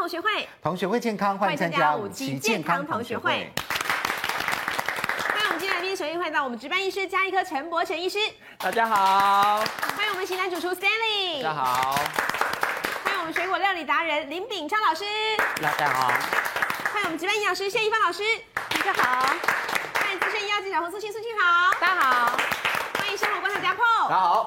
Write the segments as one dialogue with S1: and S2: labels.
S1: 同学会健康，欢迎参加五期健康同学会。
S2: 欢迎我们今天来宾，首先欢迎到我们值班医师加医科陈柏成医师，
S3: 大家好，
S2: 欢迎我们型男主厨 Stanley，
S3: 大家，好，
S2: 欢迎我们水果料理达人林炳昌老师，
S3: 大家好，
S2: 欢迎我们值班营养师谢一芳老师，大家好，欢迎资深医药记者洪素清，素清好，大家好，欢迎生活观察家 p
S3: 大家好，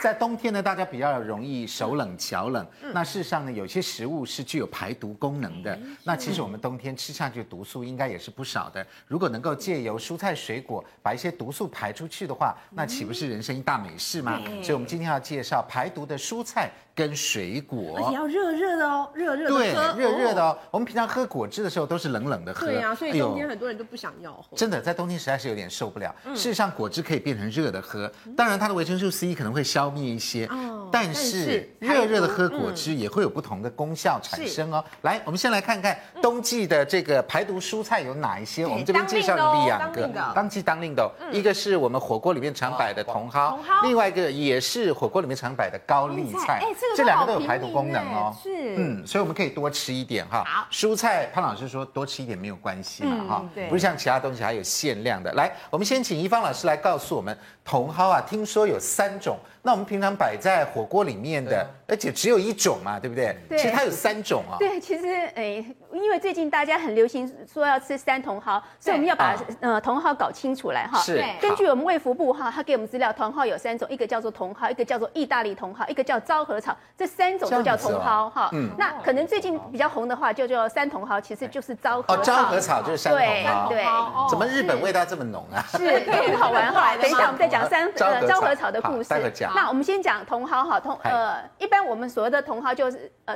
S1: 在冬天呢，大家比较容易手冷脚冷。那事实上呢，有些食物是具有排毒功能的。那其实我们冬天吃下去的毒素应该也是不少的。如果能够借由蔬菜水果把一些毒素排出去的话，那岂不是人生一大美事吗？
S2: 对
S1: 所以我们今天要介绍排毒的蔬菜跟水果。
S2: 而且要热热的哦，热热的
S1: 对，
S2: 喝
S1: 哎热热的
S2: 哦。
S1: 哦。我们平常喝果汁的时候都是冷冷的喝。
S2: 对啊呀、所以
S1: 哎呦
S2: 冬天很多人都不想要喝。
S1: 真的，在冬天实在是有点受不了。
S2: 嗯
S1: 事实上，果汁可以变成热的喝，当然它的维生素 C 可能会消灭一些，
S2: 哦
S1: 但是
S2: 但是嗯
S1: 热热的喝果汁也会有不同的功效产生哦。来，我们先来看看冬季的这个排毒蔬菜有哪一些，我们这边介绍
S2: 嗯当令的哦
S1: 两
S2: 当
S1: 个
S2: 令的，
S1: 当季当令的哦，一个是我们火锅里面常摆的茼蒿
S2: 哦茼蒿，
S1: 另外一个也是火锅里面常摆的高丽菜
S2: 哎，这个
S1: 这
S2: 都
S1: 两
S2: 好
S1: 个都有排毒功能哦。
S2: 平民哎是
S1: 嗯，所以我们可以多吃一点哈。
S2: 好
S1: 蔬菜潘老师说多吃一点没有关系嘛
S2: 嗯
S1: 哈，
S2: 对
S1: 不是像其他东西还有限量的。来，我们先请一芳老师来告诉我们，茼蒿啊，听说有三种，那我们平常摆在火锅里面的，而且只有一种嘛，对不对？
S4: 对
S1: 其实它有三种啊、
S4: 对，其实诶、因为最近大家很流行说要吃三茼蒿，所以我们要把
S1: 啊
S4: 呃茼蒿搞清楚来哈。
S1: 是
S2: 对
S4: 根据我们卫福部哈，他给我们资料，茼蒿有三种，一个叫做茼蒿，一个叫做意大利茼蒿，一个叫昭和草，这三种都
S1: 这
S4: 叫
S1: 样子
S4: 茼
S1: 哦
S4: 蒿哈。
S1: 嗯
S4: 那可能最近比较红的话，就叫三茼蒿，其实就是昭和
S1: 哦，
S4: 草。
S1: 昭和草就是山茼
S4: 对
S1: 蒿，
S4: 对
S2: 哦
S1: 怎么日本味道这么浓啊？
S4: 是，很好玩哈。等一下，我们再讲三
S1: 昭和草
S4: 呃昭和草的故事
S1: 好待会讲。
S4: 那我们先讲茼蒿哈，茼
S1: 嗨
S4: 呃，一般我们所谓的茼蒿就是呃，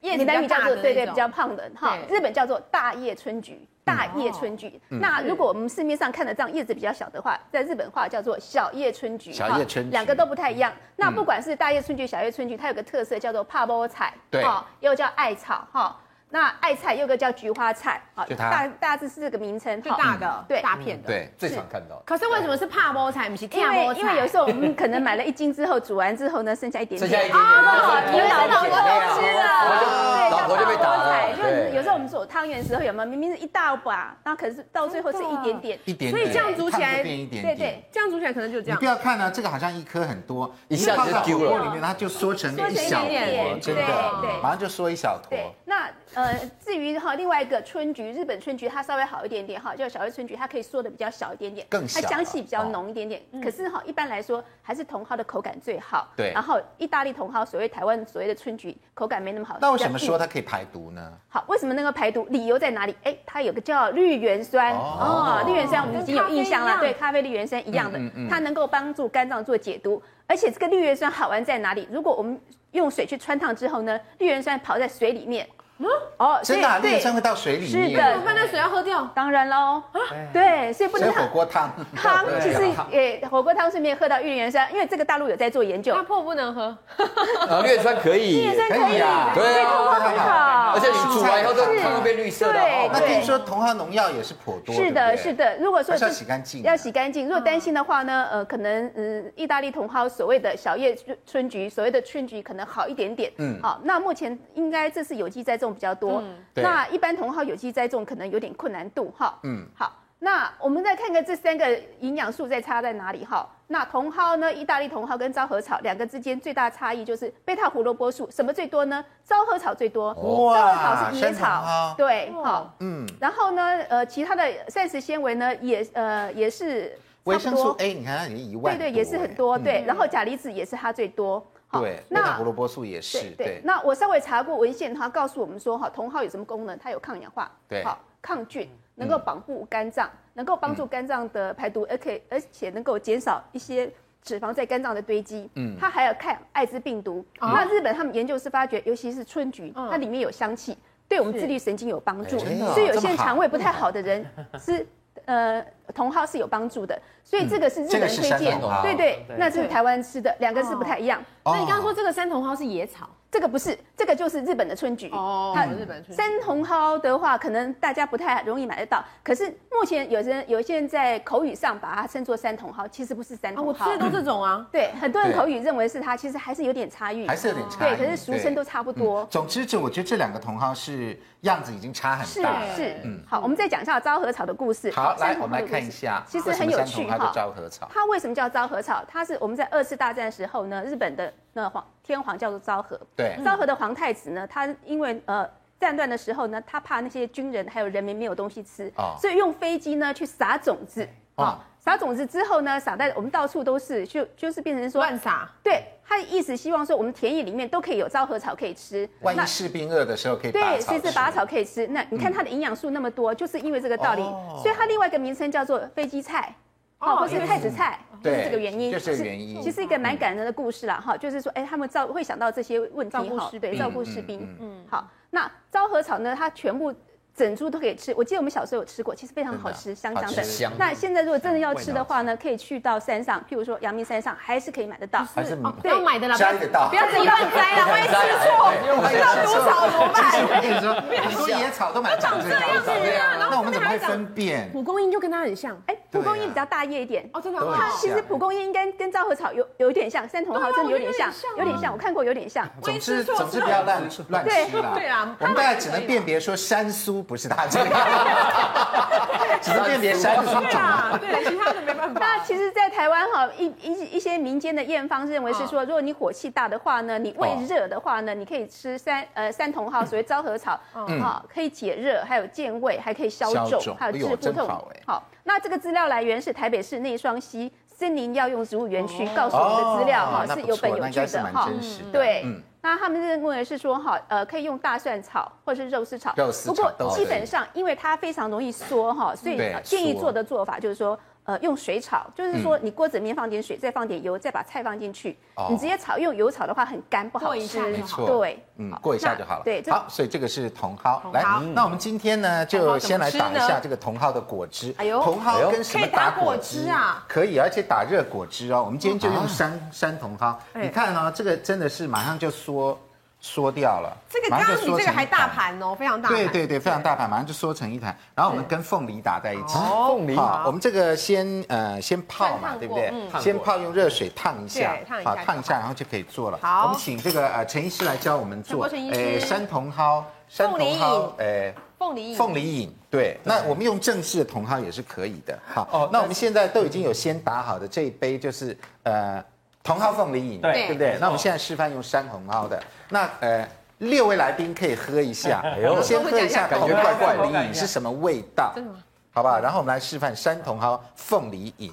S2: 叶子
S4: 闽南语
S2: 比较
S4: 叫
S2: 大
S4: 做
S2: 的
S4: 对
S2: 那
S4: 对
S2: 种
S4: 比较胖的哈，
S2: 对嗯
S4: 日本叫做大叶春菊。大叶春菊，那如果我们市面上看的这样叶子比较小的话，在日本话叫做小叶春菊。
S1: 小叶春菊嗯
S4: 两个都不太一样。那不管是大叶春菊、小叶春菊，它有个特色叫做帕波菜，
S1: 对
S4: 哈又叫艾草哈。那艾菜又有个叫菊花菜，好
S1: 就它
S4: 大大致四个名称，
S2: 最
S4: 哈嗯
S2: 大的，
S4: 对
S2: 大片的。。
S1: 嗯对，
S5: 最常看到的。
S2: 可是为什么是怕摸菜，不是
S4: 因
S2: 跳摸
S4: 为
S2: 菜？
S4: 因为有时候我们可能买了一斤之后，煮完之后呢，剩下一点
S5: 剩下一
S4: 点。
S5: 点点，
S2: 哦
S5: 就是
S2: 你们老婆
S5: 姐妹啊
S2: 都吃啊了
S5: 老婆就老婆就被打
S4: 菜，
S5: 了，
S4: 就是有时
S5: 对。
S4: 候我们煮汤圆的时候，有没有明明是一大把，那可是到最后是一点点。
S1: 一点点，
S2: 所以这样煮起
S1: 看
S2: 来，
S1: 不变一点
S4: 对
S1: 点。
S4: 对
S2: 这样煮起来可能就这
S1: 你
S2: 样
S1: 不。要看啊，这个好像一颗很多，
S5: 一下子就丢了
S1: 因为放到火锅里面它就缩成一小
S4: 缩成一点
S1: 坨，
S4: 点
S1: 真
S4: 对
S1: 的，
S4: 对
S1: 马上就缩一小坨。
S4: 对，那呃，至于哈另外一个春菊，日本春菊它稍微好一点点哈，叫小叶春菊，它可以缩的比较小一点点，
S1: 更小
S4: 它香气
S1: 了
S4: 比较
S1: 哦
S4: 浓一点点。可是哈，一般来说还是茼蒿的口感最好。
S1: 对
S4: 然后意大利茼蒿，所谓台湾所谓的春菊，口感没那么好。
S1: 那为
S4: 比较
S1: 什么说
S4: 硬
S1: 它可以排毒呢？
S4: 好，为什么能够排毒？理由在哪里？哎，它有个叫绿原酸
S1: 哦
S4: 哦绿原酸我们已经有印象了，
S2: 跟咖啡一样
S4: 对，咖啡绿原酸一样的，
S1: 嗯嗯嗯
S4: 它能够帮助肝脏做解毒。而且这个绿原酸好玩在哪里？如果我们用水去穿烫之后呢，绿原酸跑在水里面，哦，所以
S1: 真的啊，
S4: 对
S1: 绿酸会到水里面。
S4: 是的
S2: 把那水要喝掉。
S4: 当然喽，对，所以不
S1: 所以
S4: 能
S1: 火
S4: 烫。
S1: 锅汤，
S4: 汤其实也火锅汤顺便喝到绿原酸，因为这个大陆有在做研究
S2: 那，破不能喝，
S5: 然后绿酸可以，
S4: 绿原酸可
S1: 可以
S4: 以，
S1: 啊
S5: 对啊
S4: 对很好，
S5: 而且你煮完以后都
S4: 是
S5: 汤都变绿色的，
S4: 对
S1: 那
S5: 哦
S1: 听说茼蒿农药也是颇多，
S4: 是
S1: 对
S4: 的，
S1: 不对
S4: 是，的。如果说
S1: 还是要
S4: 这
S1: 洗干净啊
S4: 要洗干净。如果担心的话呢，呃，可能嗯，意大利茼蒿所谓的小叶春春菊，所谓的春菊可能好一点点。
S1: 嗯
S4: 嗯，好，那目前应该这次有机栽种比较多。
S1: 对
S4: 那一般茼蒿有机栽种可能有点困难度哈。
S1: 嗯
S4: 嗯，好，那我们再看看这三个营养素在差在哪里哈。那茼蒿呢，意大利茼蒿跟昭和草两个之间最大差异就是贝塔胡萝卜素什么最多呢？昭和草最多，
S1: 哇
S4: 昭和草是野
S1: 山茼蒿
S4: 草，对，
S2: 哦
S4: 好。
S1: 嗯，
S4: 然后呢，呃，其他的膳食纤维呢，也呃也是
S1: 维
S4: 差
S1: 生
S4: 不
S1: 素
S4: 多，
S1: A 你看它已经一万多，
S4: 对对，也是很多，
S1: 嗯，
S4: 对。然后钾离子也是它最多。好
S1: 对，那个胡萝卜素也是
S4: 对，对
S1: 对，，
S4: 那我稍微查过文献，它告诉我们说，哈，茼蒿有什么功能？它有抗氧化，
S1: 对嗯
S4: 好，抗菌，能够保护肝脏，能够帮助肝脏的排毒，而
S1: 嗯
S4: 且而且能够减少一些脂肪在肝脏的堆积。嗯，它还有抗艾滋病毒。
S1: 嗯
S4: 那日本他们研究是发觉，尤其是春菊，
S2: 嗯
S4: 它里面有香气，对我们
S2: 是
S4: 自律神经有帮助，
S1: 哎真的啊
S4: 所以有
S1: 这
S4: 些
S1: 么好
S4: 肠胃不太好的人 吃呃茼蒿是有帮助的，所以这个是日
S1: 嗯这
S4: 本
S1: 个
S4: 人
S1: 是
S4: 推
S1: 山
S4: 荐
S1: 东的啊，哦
S4: 对对，那是台湾吃的，两个是不太一样。
S2: 那你刚刚说这个山茼蒿是野草，
S4: 这个不是，这个就是日本的春菊。
S2: 哦
S4: 它，
S2: 日本春菊
S4: 山茼蒿的话，可能大家不太容易买得到，可是目前有人有一些人在口语上把它称作山茼蒿，其实不是山
S1: 哦
S2: 啊，
S4: 茼
S2: 我吃
S4: 蒿。
S2: 的都这种啊，
S4: 对，很多人
S1: 对
S4: 口语认为是它，其实还是有点差异。
S1: 还是有点差
S4: 对，
S1: 异。
S4: 可是俗称都差不多。
S1: 嗯总之，这我觉得这两个茼蒿是样子已经差很
S4: 是
S1: 大了。
S4: 是，
S1: 嗯
S4: 好，我们再讲一下昭和草的故事。
S1: 好，来
S4: 山茼蒿
S1: 我们来
S4: 的故
S1: 看一
S4: 事
S1: 下，啊
S4: 其实
S1: 为什
S4: 很
S1: 么
S4: 有
S1: 山
S4: 趣
S1: 茼蒿叫。
S4: 哈
S1: 昭和草。
S4: 它为什么叫昭和草？它是我们在二次大战时候呢，日本的那皇天皇叫做昭和。
S1: 对
S4: 昭和的皇太子呢，他因为呃战乱的时候呢，他怕那些军人还有人民没有东西吃，
S1: 哦
S4: 所以用飞机呢去撒种子。
S1: 哦
S4: 啊，撒种子之后呢，撒在我们到处都是，就就是变成说，
S2: 乱撒。
S4: 对他的意思，希望说我们田野里面都可以有昭和草可以吃。
S1: 万
S4: 那
S1: 一士兵饿的时候可以拔
S4: 对，
S1: 草
S4: 随
S1: 吃。嗯
S4: 时拔草可以吃。那你看它的营养素那么多，就是因为这个道理，
S1: 哦
S4: 所以它另外一个名称叫做飞机菜。
S2: 哦
S4: 哦，或是太子菜，就
S1: 对
S4: 是这个原因，
S1: 就是这个原因
S4: 其实一个蛮感人的故事啦，哈，就是说，哎，他们照会想到这些问题
S2: 照顾
S4: 哈
S2: 士，
S4: 对，
S2: 兵
S4: 照顾
S1: 嗯
S4: 士兵
S1: 嗯，
S4: 嗯，好，那昭和草呢，它全部整株都可以吃，我记得我们小时候有吃过，其实非常好
S1: 真
S4: 吃，香
S1: 的
S4: 香的
S5: 好吃香。
S4: 那现在如果真的要吃的话呢，可以去到山上，譬如说阳明山上，还是可以买得到，
S1: 还是
S2: 哦不要买的啦，不
S1: 摘
S2: 要
S1: 得到
S2: 不要自己乱摘啦，万一吃错，
S1: 哎
S2: 不知道多少怎么
S1: 其实
S2: 办？
S1: 我跟你说，很多野草都蛮长这样
S2: 长这样子啊然后
S1: 那我们怎么
S2: 还
S1: 会
S2: 长
S1: 分辨？
S2: 蒲公英就跟它很像，
S4: 哎，
S1: 对
S4: 蒲
S1: 啊
S4: 公英比较大叶一点，
S2: 哦，真的
S1: 都
S2: 啊
S1: 很
S4: 它
S1: 像
S4: 其实蒲公英应该跟昭和草有有一点像，山茼蒿真的有点像
S2: 对啊，我
S4: 有
S2: 觉得有点像啊
S4: 点像，我看过有点像。
S1: 总
S2: 我
S1: 之，
S2: 也吃错
S1: 总之不要乱乱吃啦。
S2: 对啊
S1: 我们大概只能辨别说山苏不是它这 个，只能辨别山苏
S2: 对
S1: 种。
S2: 啊，对，其他的没办
S4: 那
S2: 法。
S4: 其实，在台湾哈，一一一些民间的验方认为
S1: 嗯
S4: 是说，如果你火气大的话呢，你胃
S1: 哦
S4: 热的话呢，你可以吃山呃山茼蒿，所谓昭和草，啊，可以解热，还有健胃，还可以消
S1: 嗯消
S4: 肿
S1: 肿，
S4: 还有治
S1: 哎呦
S4: 腹
S1: 真
S4: 痛
S1: 好哎。
S4: 好，那这个资料来源是台北市内双溪森林药用植物园区告诉我们的资料哈，
S1: 哦那
S4: 是
S1: 不
S4: 有
S1: 错
S4: 本有
S1: 那应
S4: 据
S1: 该是
S4: 的
S1: 蛮
S4: 哈。
S1: 真实的。
S4: 对，
S1: 嗯
S4: 那他们认为是说哈，呃，可以用大蒜炒或是肉丝炒，
S1: 肉丝炒
S4: 不过
S1: 都可以
S4: 基本上因为它非常容易缩哈，所以
S1: 对
S4: 呃建议
S1: 缩
S4: 做的做法就是说。呃，用水炒，就是说你锅子里面放点水，再放点油，再把菜放进去。
S1: 嗯哦
S4: 你直接炒，用油炒的话很干，不好
S2: 过一
S4: 吃
S2: 下。就
S1: 没错，
S4: 对，
S1: 嗯
S4: 好，
S1: 过一下就
S4: 那
S1: 好了。
S4: 对，这
S1: 好，所以这个是茼蒿。来
S2: 茼蒿，嗯
S1: 那我们今天呢，就先来打
S2: 茼
S1: 一
S2: 蒿怎么吃
S1: 下
S2: 呢
S1: 这个茼蒿的果汁。
S2: 哎呦
S1: 茼蒿跟什么
S2: 可
S1: 打果
S2: 以打果
S1: 汁
S2: 汁啊？
S1: 可以，而且打热果汁哦。我们今天就用山山茼蒿，
S2: 哎
S1: 你看哦，这个真的是马上就缩缩掉了，
S2: 这个
S1: 马
S2: 刚
S1: 上
S2: 刚
S1: 就
S2: 你
S1: 缩
S2: 这
S1: 成
S2: 个
S1: 一
S2: 还大
S1: 团。
S2: 盘哦，非常大盘。
S1: 对对对，非常大盘，马上就缩成一团。然后我们跟凤梨打在一起。
S5: 哦凤梨
S1: 好，我们这个先呃先泡
S2: 先烫
S1: 嘛，
S2: 过
S1: 对不对？
S2: 嗯
S5: 烫过
S1: 先泡用热水烫一下
S2: 对，烫一下
S1: 好
S2: 就好
S1: 烫一下，然后就可以做了。
S2: 好
S1: 我们请这个呃陈医师来教我们做
S2: 陈国成医师
S1: 山茼蒿、山
S2: 凤梨
S1: 茼
S2: 饮
S1: 蒿，呃。
S2: 凤梨饮
S1: 凤梨饮，对，那我们用正式的茼蒿也是可以的。好，
S5: 哦
S1: 那我们现在都已经有先打好的这一杯，就是呃茼蒿凤梨饮，
S3: 对
S1: 对不对
S5: 没？错
S1: 那我们现在示范用山茼蒿的，那呃六位来宾可以喝一下，
S5: 哎呦
S1: 我们先喝一下
S5: 感
S1: 茼
S5: 觉
S1: 蒿
S5: 怪怪的
S1: 凤梨饮是什么味道，
S2: 真的吗？
S1: 好不好？然后我们来示范山茼蒿凤梨饮，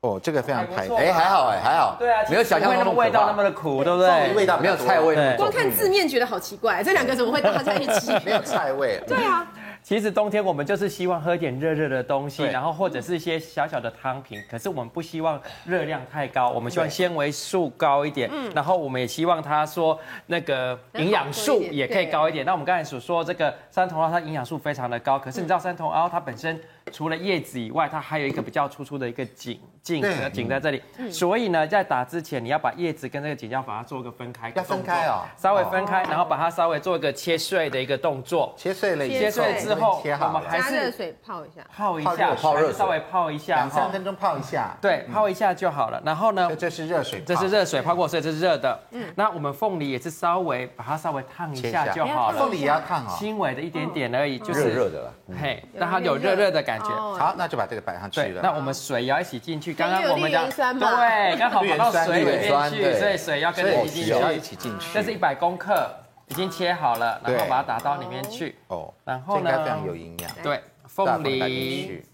S1: 哦，这个非常开
S3: 还
S1: 心，
S3: 不错
S5: 哎，
S1: 哎，
S5: 还好哎，还好，
S3: 对啊，
S5: 没有想象
S3: 不会
S5: 中
S3: 那么味道那么的苦，对不对？
S1: 味道
S5: 没有菜味那么重
S2: 光看字面觉得好奇怪，这两个怎么会搭在一起？
S1: 没有菜味，
S2: 对啊，
S3: 其实冬天我们就是希望喝一点热热的东西，
S1: 对
S3: 然后或者是一些小小的汤品，可是我们不希望热量太高，我们希望
S1: 对
S3: 纤维素高一点，
S2: 嗯
S3: 然后我们也希望它说那个营养
S2: 能好
S3: 素
S2: 喝一点
S3: 也可以高一点。那我们刚才所说这个三茼蒿，它营养素非常的高，可
S2: 嗯
S3: 是你知道三茼蒿它本身除了叶子以外，它还有一个比较突出的一个茎茎
S1: 对
S3: 茎在这里，
S2: 嗯
S3: 所以呢，在打之前你要把叶子跟这个茎要把它做一个分开，
S1: 要分开哦
S3: 稍微分开，然后把它稍微做一个切碎的一个动作。
S1: 切碎了以后，
S3: 切碎了之后
S1: 切好
S3: 我们
S1: 了
S3: 还，
S2: 加
S3: 是
S2: 热水泡一下。
S3: 泡一
S1: 泡热
S3: 下，
S1: 水泡热
S3: 还是稍微泡一下
S1: 两三
S3: 哈，
S1: 分钟嗯泡一下，
S3: 对，泡一下就好了。然后呢
S1: 这，这是热水泡，
S3: 这是热水泡过，所以这是热的。嗯，那我们凤梨也是稍微把它稍微烫一
S1: 切一
S3: 下
S1: 下嗯
S3: 就好
S1: 凤
S3: 了，
S1: 梨也要烫哦。
S3: 轻微的一点点而已，就
S5: 热
S3: 是
S5: 热，的啦。
S3: 嘿，让它有热热的感觉。
S2: 哦
S1: 好，那就把这个摆上去
S3: 对，
S1: 了。
S3: 那我们水也要一起进去。刚刚
S2: 因为有
S3: 我们
S2: 绿
S3: 讲
S2: 原酸嘛
S3: 对，刚好跑到水里
S1: 绿
S5: 原酸
S3: 面
S5: 对
S3: 去，所以水要跟
S1: 所以
S3: 着
S1: 我
S3: 一起
S1: 需
S3: 进
S1: 要
S3: 去
S1: 一。起进去。
S3: 这是一百公克，已经切好了，然后
S1: 哦对
S3: 把它打到里面去。
S1: 哦，
S3: 然后
S1: 这
S3: 呢
S1: 应该非常有营养。
S3: 对，
S1: 大
S3: 凤
S1: 部分摆进
S3: 梨
S1: 去，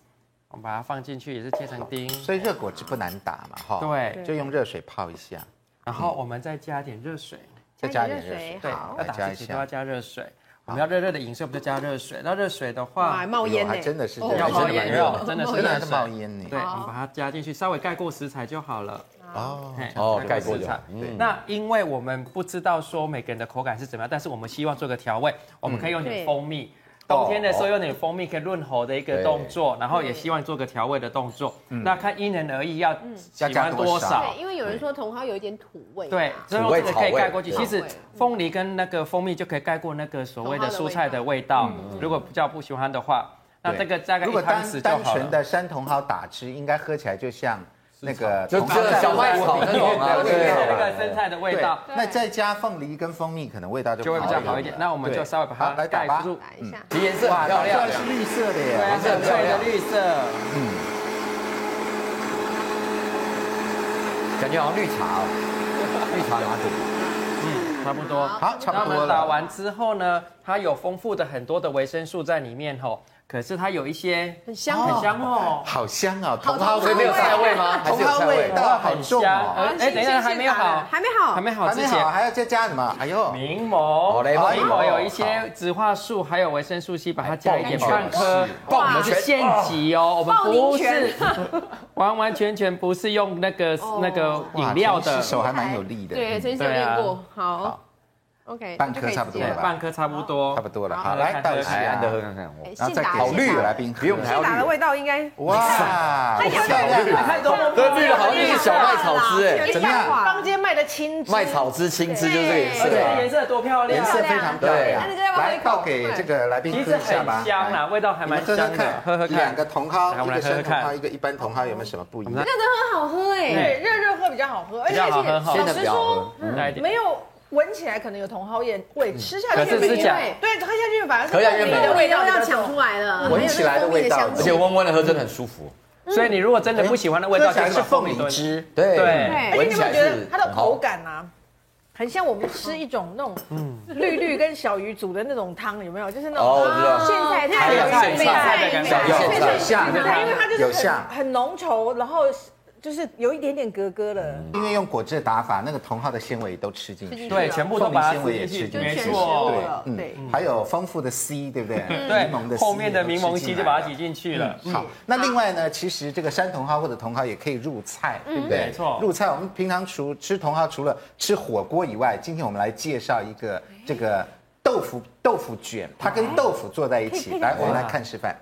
S3: 我们把它放进去，也是切成丁。
S1: 所以热果汁不难打嘛，哈。
S3: 对
S1: 就用热水泡一下，
S3: 然后我们再加点热水，
S1: 再加一点热
S2: 加一
S1: 水
S2: 点，
S3: 对，
S1: 好，
S3: 要
S1: 来
S3: 打
S1: 加
S3: 之
S1: 一
S3: 前都要
S1: 下。哎
S3: 加热水。我们要热热的饮水，我们就加热水。那热水的
S2: 哇，还
S3: 话，
S2: 冒烟
S1: 哎呦还
S2: 呢，
S1: 真的是
S2: 哦
S1: 这
S3: 要
S1: 样
S3: 冒烟肉，真的
S1: 真
S3: 是
S1: 的还
S3: 热
S1: 是
S3: 水
S1: 冒。烟呢。
S3: 对，我们把它加进去，稍微盖过食材就好了。
S1: 哦，
S3: 嘿
S5: 哦盖过
S3: 食
S5: 就
S3: 材
S5: 好。
S1: 嗯
S3: 那因为
S1: 嗯
S3: 我们不知道说每个人的口感是怎么样，但是我们希望做个调味，我们可以用点
S2: 对
S3: 蜂蜜。冬天的时候
S1: 哦
S3: 用点蜂蜜可以润喉的一个动作，然后也希望做个调味的动作。那看因人而异，要喜
S1: 嗯要加
S3: 欢
S1: 多
S3: 多
S1: 少
S3: 少
S2: 对，？因为有人说茼蒿有一点土味。
S3: 对，啊最后
S5: 土味
S3: 这个可以
S5: 草味
S3: 盖过去。
S5: 对
S3: 其实
S2: 草味
S3: 凤梨跟那个蜂蜜就可以盖过那个所谓的蔬菜的味道。
S1: 嗯
S3: 如果比较不喜欢的话，那这个大概
S1: 如
S3: 一
S1: 果
S3: 汤
S1: 单
S3: 匙就
S1: 单
S3: 好
S1: 纯
S3: 了。
S1: 的山茼蒿打汁，应该喝起来就像那个
S5: 就
S1: 茼蒿
S5: 这个
S1: 蛋
S5: 小麦草那种啊，
S3: 对
S5: 对
S1: 对
S3: 那个生菜的味
S1: 对
S3: 道，
S1: 那再加凤梨跟蜂蜜，可能味道就
S3: 就会比较好一
S1: 点。
S3: 点。那我们就稍微把
S1: 好来
S3: 它
S1: 打
S3: 盖
S1: 吧
S3: 住，
S2: 来一下，
S5: 其实颜色很漂
S1: 这
S5: 亮
S1: 样，是绿色的
S3: 对，
S1: 耶，
S5: 色
S3: 很
S5: 很
S3: 脆
S5: 漂
S3: 的
S5: 亮
S3: 绿色。
S5: 感觉好像绿茶哦，绿茶拿走。
S3: 嗯，差不多。
S1: 好，差
S3: 那我
S1: 不多
S3: 们打
S1: 了。
S3: 完之后呢，它有丰富的很多的维生素在里面吼，可是它有一些
S2: 很香
S3: 很
S2: 哦。
S3: 香哦。
S1: 好香啊，
S2: 好
S1: 茼蒿
S5: 所以没有菜味吗？还是
S1: 茼
S5: 有
S1: 蒿
S5: 菜
S1: 味
S5: 味？
S1: 道好重
S3: 香
S1: 哦，
S3: 呃哎，等一下，还没有好，
S2: 还没好，
S3: 还没好
S1: 还
S3: 之
S1: 没
S3: 前
S1: 好，，还要再加什么？哎呦，
S3: 柠檬，
S5: 好嘞
S3: 柠
S1: 哦好哎
S3: 檬哎有一些植化素，还有维生素 C，把它加一点，
S1: 棒
S3: 半颗
S1: 是。
S3: 我们是现挤哦，我们
S2: 暴
S3: 不
S2: 力拳
S3: 是 完完全全不是用那个
S2: 哦
S3: 那个
S1: 哇
S3: 饮料
S1: 陈医
S3: 的
S1: 师，手还蛮有力的，
S2: 对，曾经有
S3: 对啊
S2: 练过。好，OK，
S1: 半
S2: 就
S1: 颗
S2: 可以
S1: 差不多
S2: 接
S3: 对
S2: 了
S1: 了吧
S3: 半颗差不多，
S1: 差不多了。好，
S3: 好
S1: 来倒一下，
S5: 哎，安德喝
S1: 然
S5: 看看，我
S1: 后再给
S5: 好绿
S1: 给
S5: 啊
S1: 来宾喝，
S5: 比我们还要
S2: 现打的味道应该
S6: 哎
S1: 哇，
S2: 太
S1: 好
S2: 阳
S1: 漂
S2: 光
S1: 亮啊！
S3: 太多了
S5: 喝绿的好像是小麦草汁哎，
S2: 啊
S1: 怎么样
S7: 坊间卖的青汁，
S5: 麦草汁、青汁就是这个颜
S3: 而
S5: 色
S3: 且
S5: 啊
S3: 颜。色多漂
S1: 颜
S3: 亮，
S1: 色非常漂亮。
S2: 对
S1: 来倒给这个来宾
S3: 其
S1: 喝
S3: 实
S1: 一下吧。
S3: 很香啊啦，
S1: 来
S3: 味道还
S1: 你们
S3: 蛮
S1: 喝
S3: 香
S1: 喝
S3: 的
S1: 看，，
S3: 喝喝看。
S1: 两个茼蒿，
S3: 来我
S1: 一个
S3: 们来喝
S1: 生
S3: 喝
S1: 茼
S3: 看
S1: 蒿，一个一般茼蒿，有没有什么不一样？
S2: 真的很好喝
S6: 嗯
S2: 哎，
S7: 对，热热喝比较好喝，而
S3: 比
S7: 且
S3: 较好喝哈
S5: 现
S7: 老
S5: 在
S7: 实
S5: 比较好喝
S7: 说，，
S3: 来一
S1: 嗯
S3: 点。
S7: 没有闻起来可能有茼蒿叶味，吃下
S3: 可
S7: 去
S3: 是
S7: 没
S3: 吃起来
S7: 味，对，喝下去反而是
S5: 喝下去
S7: 凤梨
S5: 没
S7: 的
S5: 有
S7: 味道比较
S2: 要
S7: 重
S2: 抢出来了，
S1: 闻起来的味道
S2: 有那个蜂蜜的香
S5: 而
S2: 气
S5: 且温温的喝真的很舒服。
S3: 所以你如果真的不喜欢的味道，
S1: 喝起来
S3: 就是
S1: 哎凤梨
S3: 炖
S1: 汁，
S5: 对
S3: 对
S7: 而且
S5: 闻
S7: 哎你
S5: 起
S7: 会
S5: 来
S7: 觉得
S5: 是
S7: 它的口感啊，很像我们吃一种那种绿绿跟小鱼煮的那种汤，有没有？就是那
S5: 哦，我
S7: 种
S5: 知道，
S7: 苋菜汤，
S3: 还有
S7: 有哎
S3: 苋
S7: 苋
S3: 菜
S7: 菜
S3: 的感
S7: 米
S3: 觉，
S5: 小苋菜
S1: 有像
S7: 因为它就
S1: 有
S7: 是
S1: 像
S7: 很很浓稠，然后就是有一点点格格的。
S1: 因为用果汁的打法，那个茼蒿的纤维都吃进去，
S3: 对，全部都把它
S1: 凤梨纤维也
S3: 吃进
S1: 吃
S3: 去，
S1: 进
S3: 没
S1: 去，
S3: 错。嗯
S1: 对，
S7: 对
S1: 嗯，还有丰富的 C，对不对？
S3: 对
S1: 柠檬的，C 啊
S3: 后面的柠檬烯就把它挤进去了。嗯
S1: 好，那另外呢，其实这个山茼蒿或者茼蒿也可以入菜，对不对？
S3: 嗯没错
S1: 入菜我们平常除吃茼蒿除了吃火锅以外，今天我们来介绍一个这个豆腐豆腐卷，它跟豆腐做在一起。来，我们来看示范。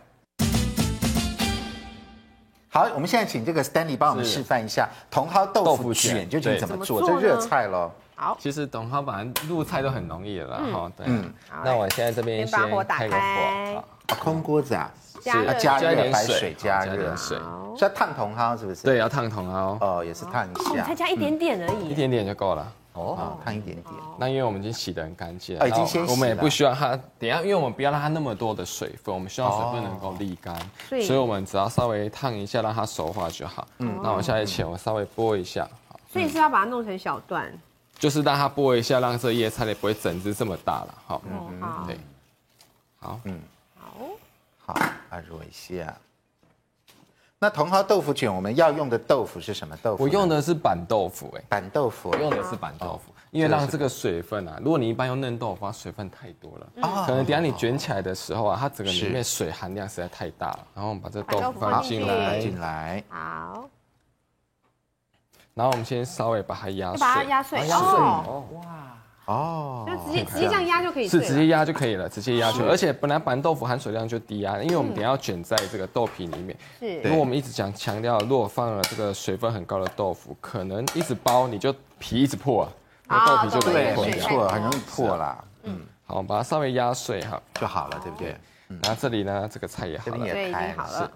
S1: 好，我们现在请这个 Stanley 帮我们示范一下茼蒿豆
S8: 豆
S1: 腐
S8: 腐
S1: 卷
S8: 卷
S1: 究竟
S8: 对
S1: 怎么
S2: 怎么
S1: 做，
S2: 做
S1: 这
S2: 呢
S1: 热菜喽。
S8: 其实茼蒿本来入菜都很容易了啦，哈、对。啊
S1: 嗯
S8: 那我现在这边
S7: 先把火
S8: 先
S7: 打
S8: 开个火，
S7: 开
S8: 好
S1: 啊空锅子啊，
S2: 加热
S1: 啊加
S8: 加一
S1: 热
S8: 点
S1: 白
S8: 水
S1: 水，
S8: 好
S1: 加
S8: 加
S1: 热
S8: 点水，
S1: 是要烫茼蒿是不是？，
S8: 对，要烫茼蒿，
S1: 哦，也是烫一
S2: 才
S1: 下，
S2: 加一点点而
S8: 一
S2: 已，
S8: 点点就够了。
S1: 哦，烫一点点。
S8: 那因为我们已经洗得很干净了，
S1: 哦已经先洗了
S8: 我们也不需要它，等一下，因为我们不要让它那么多的水分，我们希望水分能够沥干，
S2: 所以
S8: 所以我们只要稍微烫一下，让它熟化就好。嗯，那我下一前我稍微拨一下，好
S2: 所以是要把它弄成小段。
S8: 就是让它拨一下，让这叶菜类不会整只这么大了，好，嗯
S2: 好
S8: 对，好，
S1: 好，啊，揉一下。那茼蒿豆腐卷我们要用的豆腐是什么豆腐呢？
S8: 我用的是板豆腐，哎，
S1: 板豆腐
S8: 我。用的是板豆腐，因为让这个水分啊，如果你一般用嫩豆腐，它水分太多了，
S1: 哦
S8: 可能等一下你卷起来的时候啊，它整个里面水含量实在太大了。然后我们把这豆腐放进
S1: 来
S8: 来，
S1: 进来，
S2: 好，
S8: 然后我们先稍微把它啊压
S2: 就把它
S8: 碎，
S2: 压碎哦，
S1: 哦，
S2: 就直接直接这样压就可以碎
S8: 是
S2: 了。
S8: 直接压就可以了，直接压就可以。而且本来板豆腐含水量就低啊，因为我们等一下要卷在这个豆皮里面。
S2: 是
S8: 因为我们一直讲强调，如果放了这个水分很高的豆腐，可能一直包你就皮一直破啊，那豆皮就容易
S1: 对，
S8: 破
S1: 没
S8: 掉。
S1: 错，很容易
S8: 啊
S1: 破啦，
S8: 好，我们把它稍微压碎哈，
S1: 就好了，对不对？
S8: 然后这里呢，这个菜也
S1: 这
S8: 好
S1: 边
S8: 了。
S2: 对，
S1: 也
S2: 已
S1: 开
S2: 经好了。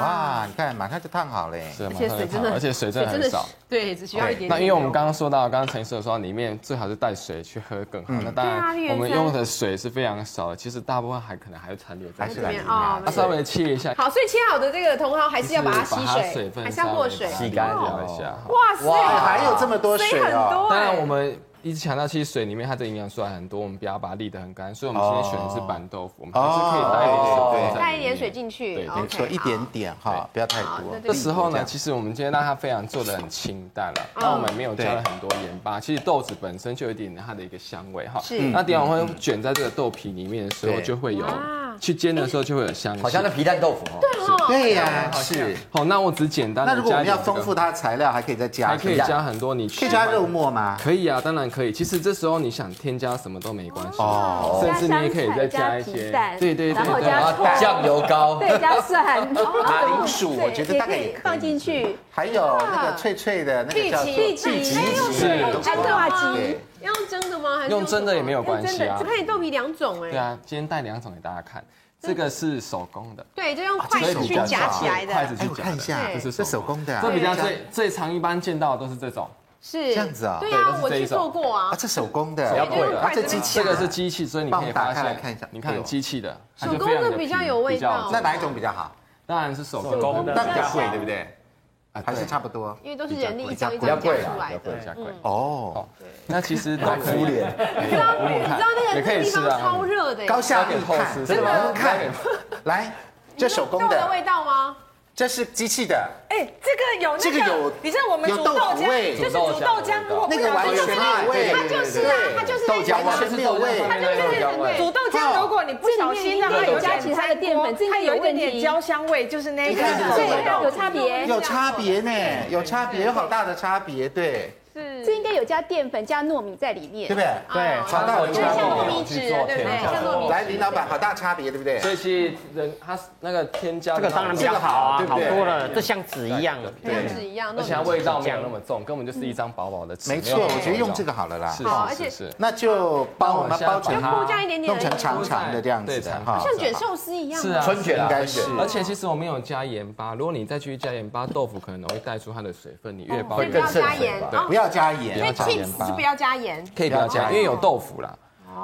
S1: 哇，你看，马上就烫好了耶。
S8: 是，
S2: 而且
S8: 马上
S2: 水
S8: 就
S2: 真
S8: 烫
S2: 的，
S8: 而且水真的很少
S2: 是。对，只需要一点点。
S8: 那因为我们刚刚说到，刚刚陈述的说，里面最好是带水去喝更好。那
S2: 对
S8: 当
S2: 啊绿原
S8: 然，我们用的水是非常少的，其实大部分还可能还残留在
S1: 还是
S8: 水
S1: 在
S8: 里
S1: 里
S8: 面
S1: 面。
S2: 哦
S8: 那稍微切一下，
S2: 好，所以切好的这个茼蒿还是要把它吸
S8: 就是把它
S2: 水，
S8: 分
S2: 还是要过水。哦
S8: 洗
S5: 干
S8: 干掉一下。
S2: 哇塞，
S1: 哇，还有这么多水
S2: 水很
S1: 哦。
S2: 多。
S8: 啊
S2: 哎
S8: 当然，我们一直强调，其实水里面它的营养素还很多，我们不要把它沥得很干。所以我们今天选的是板豆腐，我们还是可以带一点水分在里面
S2: 哦带一点水。进去
S8: 对，
S1: 没错，一点点哈，不要太
S2: 好
S1: 多
S2: 那。就
S8: 这时候
S1: 这
S8: 呢，
S1: 样
S8: 其实我们今天让它非常做的很清淡了，
S4: 嗯
S8: 那我们没有加了很多盐巴。其实豆子本身就有一点它的一个香味哈，
S1: 嗯
S2: 是
S8: 那等一下我会卷在这个豆皮里面的时候，
S1: 对
S8: 就会有去煎的时候就会有香气。
S5: 好像那皮蛋豆腐哦。
S1: 对呀，是。
S8: 好，那我只简单
S1: 那
S8: 的
S1: 如果我
S8: 加一
S1: 们要
S8: 点这
S1: 丰
S8: 个
S1: 富它的材料，还可以再加，
S8: 还可以加很多你
S1: 可
S8: 喜
S1: 以
S8: 欢
S1: 加肉末吗？
S8: 可以啊，当然可以。其实这时候你想添加什么都没关系，
S1: 哦
S8: 甚至你也可以再加一
S4: 加香菜加
S8: 些
S4: 皮蛋，
S8: 对对
S4: 然
S8: 对
S4: 后
S8: 对
S5: 然
S4: 加
S5: 后
S4: 葱
S5: 酱油膏，
S4: 对，加 蒜，
S1: 马
S4: 马
S1: 铃薯我觉得大概也可以
S4: 放进去，
S1: 还有那个脆脆的那个叫做
S7: 荠
S1: 荠
S7: 荠
S1: 荠，
S4: 安豆啊鸡，
S1: 对
S2: 要用蒸的吗？还是
S8: 用真的也没有关系啊
S2: 只。看你豆皮两种哎。
S8: 对啊，今天带两种给大家看，这
S4: 嗯
S8: 个是手工的，
S2: 对，就用筷子去夹起来
S8: 筷子
S2: 的，
S1: 哎，
S8: 去
S1: 我
S8: 夹的，
S1: 看一下，
S8: 这
S1: 这
S8: 是
S1: 是手工的啊，
S8: 这比较最最常一般见到的都是这种，
S2: 是
S1: 这样子啊
S2: 对
S8: 对
S2: 啊
S8: 都，是
S2: 我
S8: 这
S2: 去
S8: 一种
S2: 做过
S1: 啊，
S2: 啊。
S1: 这手工的，
S8: 比较贵
S2: 对
S8: 的。
S2: 啊
S1: 这机器啊
S8: 这个是机器，所以你可以
S1: 帮我
S8: 发
S1: 打开来
S8: 现，
S1: 看一下
S8: 你
S1: 哎
S8: 看
S1: 呦
S8: 机器的，它
S2: 手
S8: 就
S2: 工
S8: 非常
S2: 的比
S8: 平
S2: 较有味
S8: 比较
S2: 道
S1: 那哪一种比较好？
S8: 当然是手
S3: 手工
S8: 工
S3: 的
S8: 的，
S1: 那比较贵，对不对？还是差不多
S2: 因为都是人力一张一
S5: 比较
S2: 张夹
S5: 贵
S2: 出
S5: 啦，比
S2: 来的
S5: 较贵。
S8: 比较
S2: 嗯
S8: 贵。
S1: 哦。
S8: 那其实都可以，
S2: 你知道，你知道那个
S8: 也可
S2: 那个
S8: 以
S2: 地
S8: 吃
S2: 方
S8: 啊
S2: 超热的耶，
S1: 高下
S8: 有
S1: 立
S8: 点厚
S1: 看，
S8: 实，
S1: 真的
S8: 吗
S1: 吗？看，来，这手工
S2: 豆的
S1: 的，
S2: 味道吗？
S1: 这是机器的，
S7: 哎，这个有
S1: 这
S7: 那
S1: 个有
S7: 个，你知道我们
S1: 有
S7: 煮
S1: 豆
S7: 豆
S1: 腐味
S7: 浆，就是煮豆浆，如果不
S1: 那个
S7: 小
S1: 完
S7: 心
S1: 全没有味，
S2: 它就是啊，它就是在
S5: 豆浆
S1: 完全没有味，
S7: 它就是煮豆浆，如果你不小心让它有点
S4: 加其他的淀粉这个
S7: 它有一点
S4: 有问
S7: 点
S4: 题
S7: 焦香味，就是那个
S1: 你看
S4: 所以有差
S2: 哎
S4: 别。
S1: 有差别呢，有差别，有好大的差别，对，
S4: 这应该有加淀粉、加糯米在里面，
S1: 对不对？
S2: 对
S1: 好大的
S2: 哦就是像
S1: 差
S2: 糯
S1: 别。
S2: 米纸了，对不对？像糯米
S1: 来，林老板，好大差别，对不对？
S8: 所以其实人他那个添加
S6: 这
S8: 的
S6: 个当然比较好啊
S1: 这，个好
S6: 好
S1: 对不对
S6: 多了，这像纸一样。
S2: 纸像纸一样，糯
S8: 而
S2: 米
S8: 且它
S2: 纸。
S8: 味道没有那么重，根本就是一张薄薄的纸。
S1: 没错，我觉得用这个好了啦。
S8: 是
S2: 好而且
S8: 是是是，
S1: 那就帮我们包成
S8: 就
S2: 铺这样一点点而
S1: 弄
S2: 已
S1: 成长长的这样子的哈。
S2: 像卷寿司一样，
S8: 是啊，
S5: 春卷啊，
S1: 应该
S5: 春
S1: 是
S5: 卷。
S8: 而且其实我们有加盐巴，如果你再去加盐巴，豆腐可能容易带出它的水分，你越
S2: 哦
S8: 包
S2: 所以不要
S8: 越
S5: 更
S2: 加
S5: 胜水
S2: 盐
S5: 吧
S2: 啊
S1: 不，要加
S2: 所以
S1: 盐，
S8: 加盐
S2: chips
S8: 巴
S2: 是不要加盐，
S8: 可以不要加，因为有豆腐啦。
S2: 哦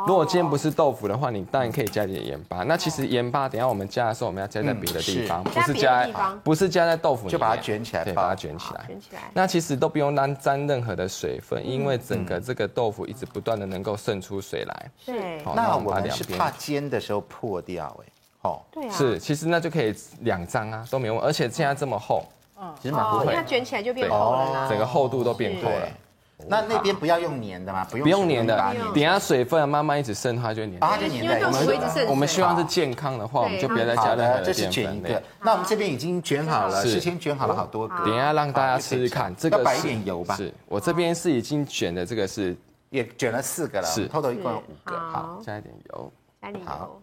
S8: 如果今天不是豆腐的话，你当然可以加点盐巴。那其实盐巴，等一下我们加的时候，我们要加在别的地
S1: 嗯
S8: 方，不
S2: 是加
S8: 是
S2: 别的
S8: 加
S2: 地方
S8: 不是加在豆腐里面，
S1: 就把它卷起来
S8: 对，
S1: 包
S8: 把它卷起来。
S2: 卷起来。
S8: 那其实都不用沾沾任何的水分，因为整
S2: 嗯
S8: 个这个豆腐一直不断的能够渗出水来。
S2: 对
S8: 好
S1: 那
S8: 我
S1: 我
S8: 把
S1: 们
S8: 两
S1: 是
S8: 边
S1: 怕煎的时候破掉哎，哦，
S2: 对啊，
S8: 是，其实那就可以两张啊，都没问题。而且现在这么厚，
S1: 其实蛮
S2: 哦，
S1: 不
S2: 因为
S1: 会
S2: 它。卷起来就变厚了啦。
S8: 整个厚度都变厚了
S1: 对，，那那边不要用粘的嘛，不用
S8: 不用粘的
S1: 啊，，
S8: 等一下水分慢慢一直渗，它就会粘。
S1: 它就
S2: 因
S1: 粘
S2: 为
S1: 在
S2: 豆
S1: 一
S2: 腐
S1: 起
S2: 会一直
S1: 了。
S2: 渗
S8: 我们希
S2: 水。
S8: 望是健康的话，我们就不要再加
S1: 好
S8: 任何
S1: 的，
S8: 的
S1: 这是
S8: 淀
S1: 卷一
S8: 粉
S1: 个
S8: 类。，
S1: 那我们这边已经卷好了，
S8: 是
S1: 事先卷好了好多个。
S8: 等一下让大家试试看，这个
S1: 要摆一
S8: 是
S1: 点油吧
S8: 是我这边是已经卷的，这个是
S1: 也卷了四个了，
S8: 是
S1: total 一共有五个。
S8: 好
S2: 好，
S8: 加一点油。
S2: 加点油
S1: 好。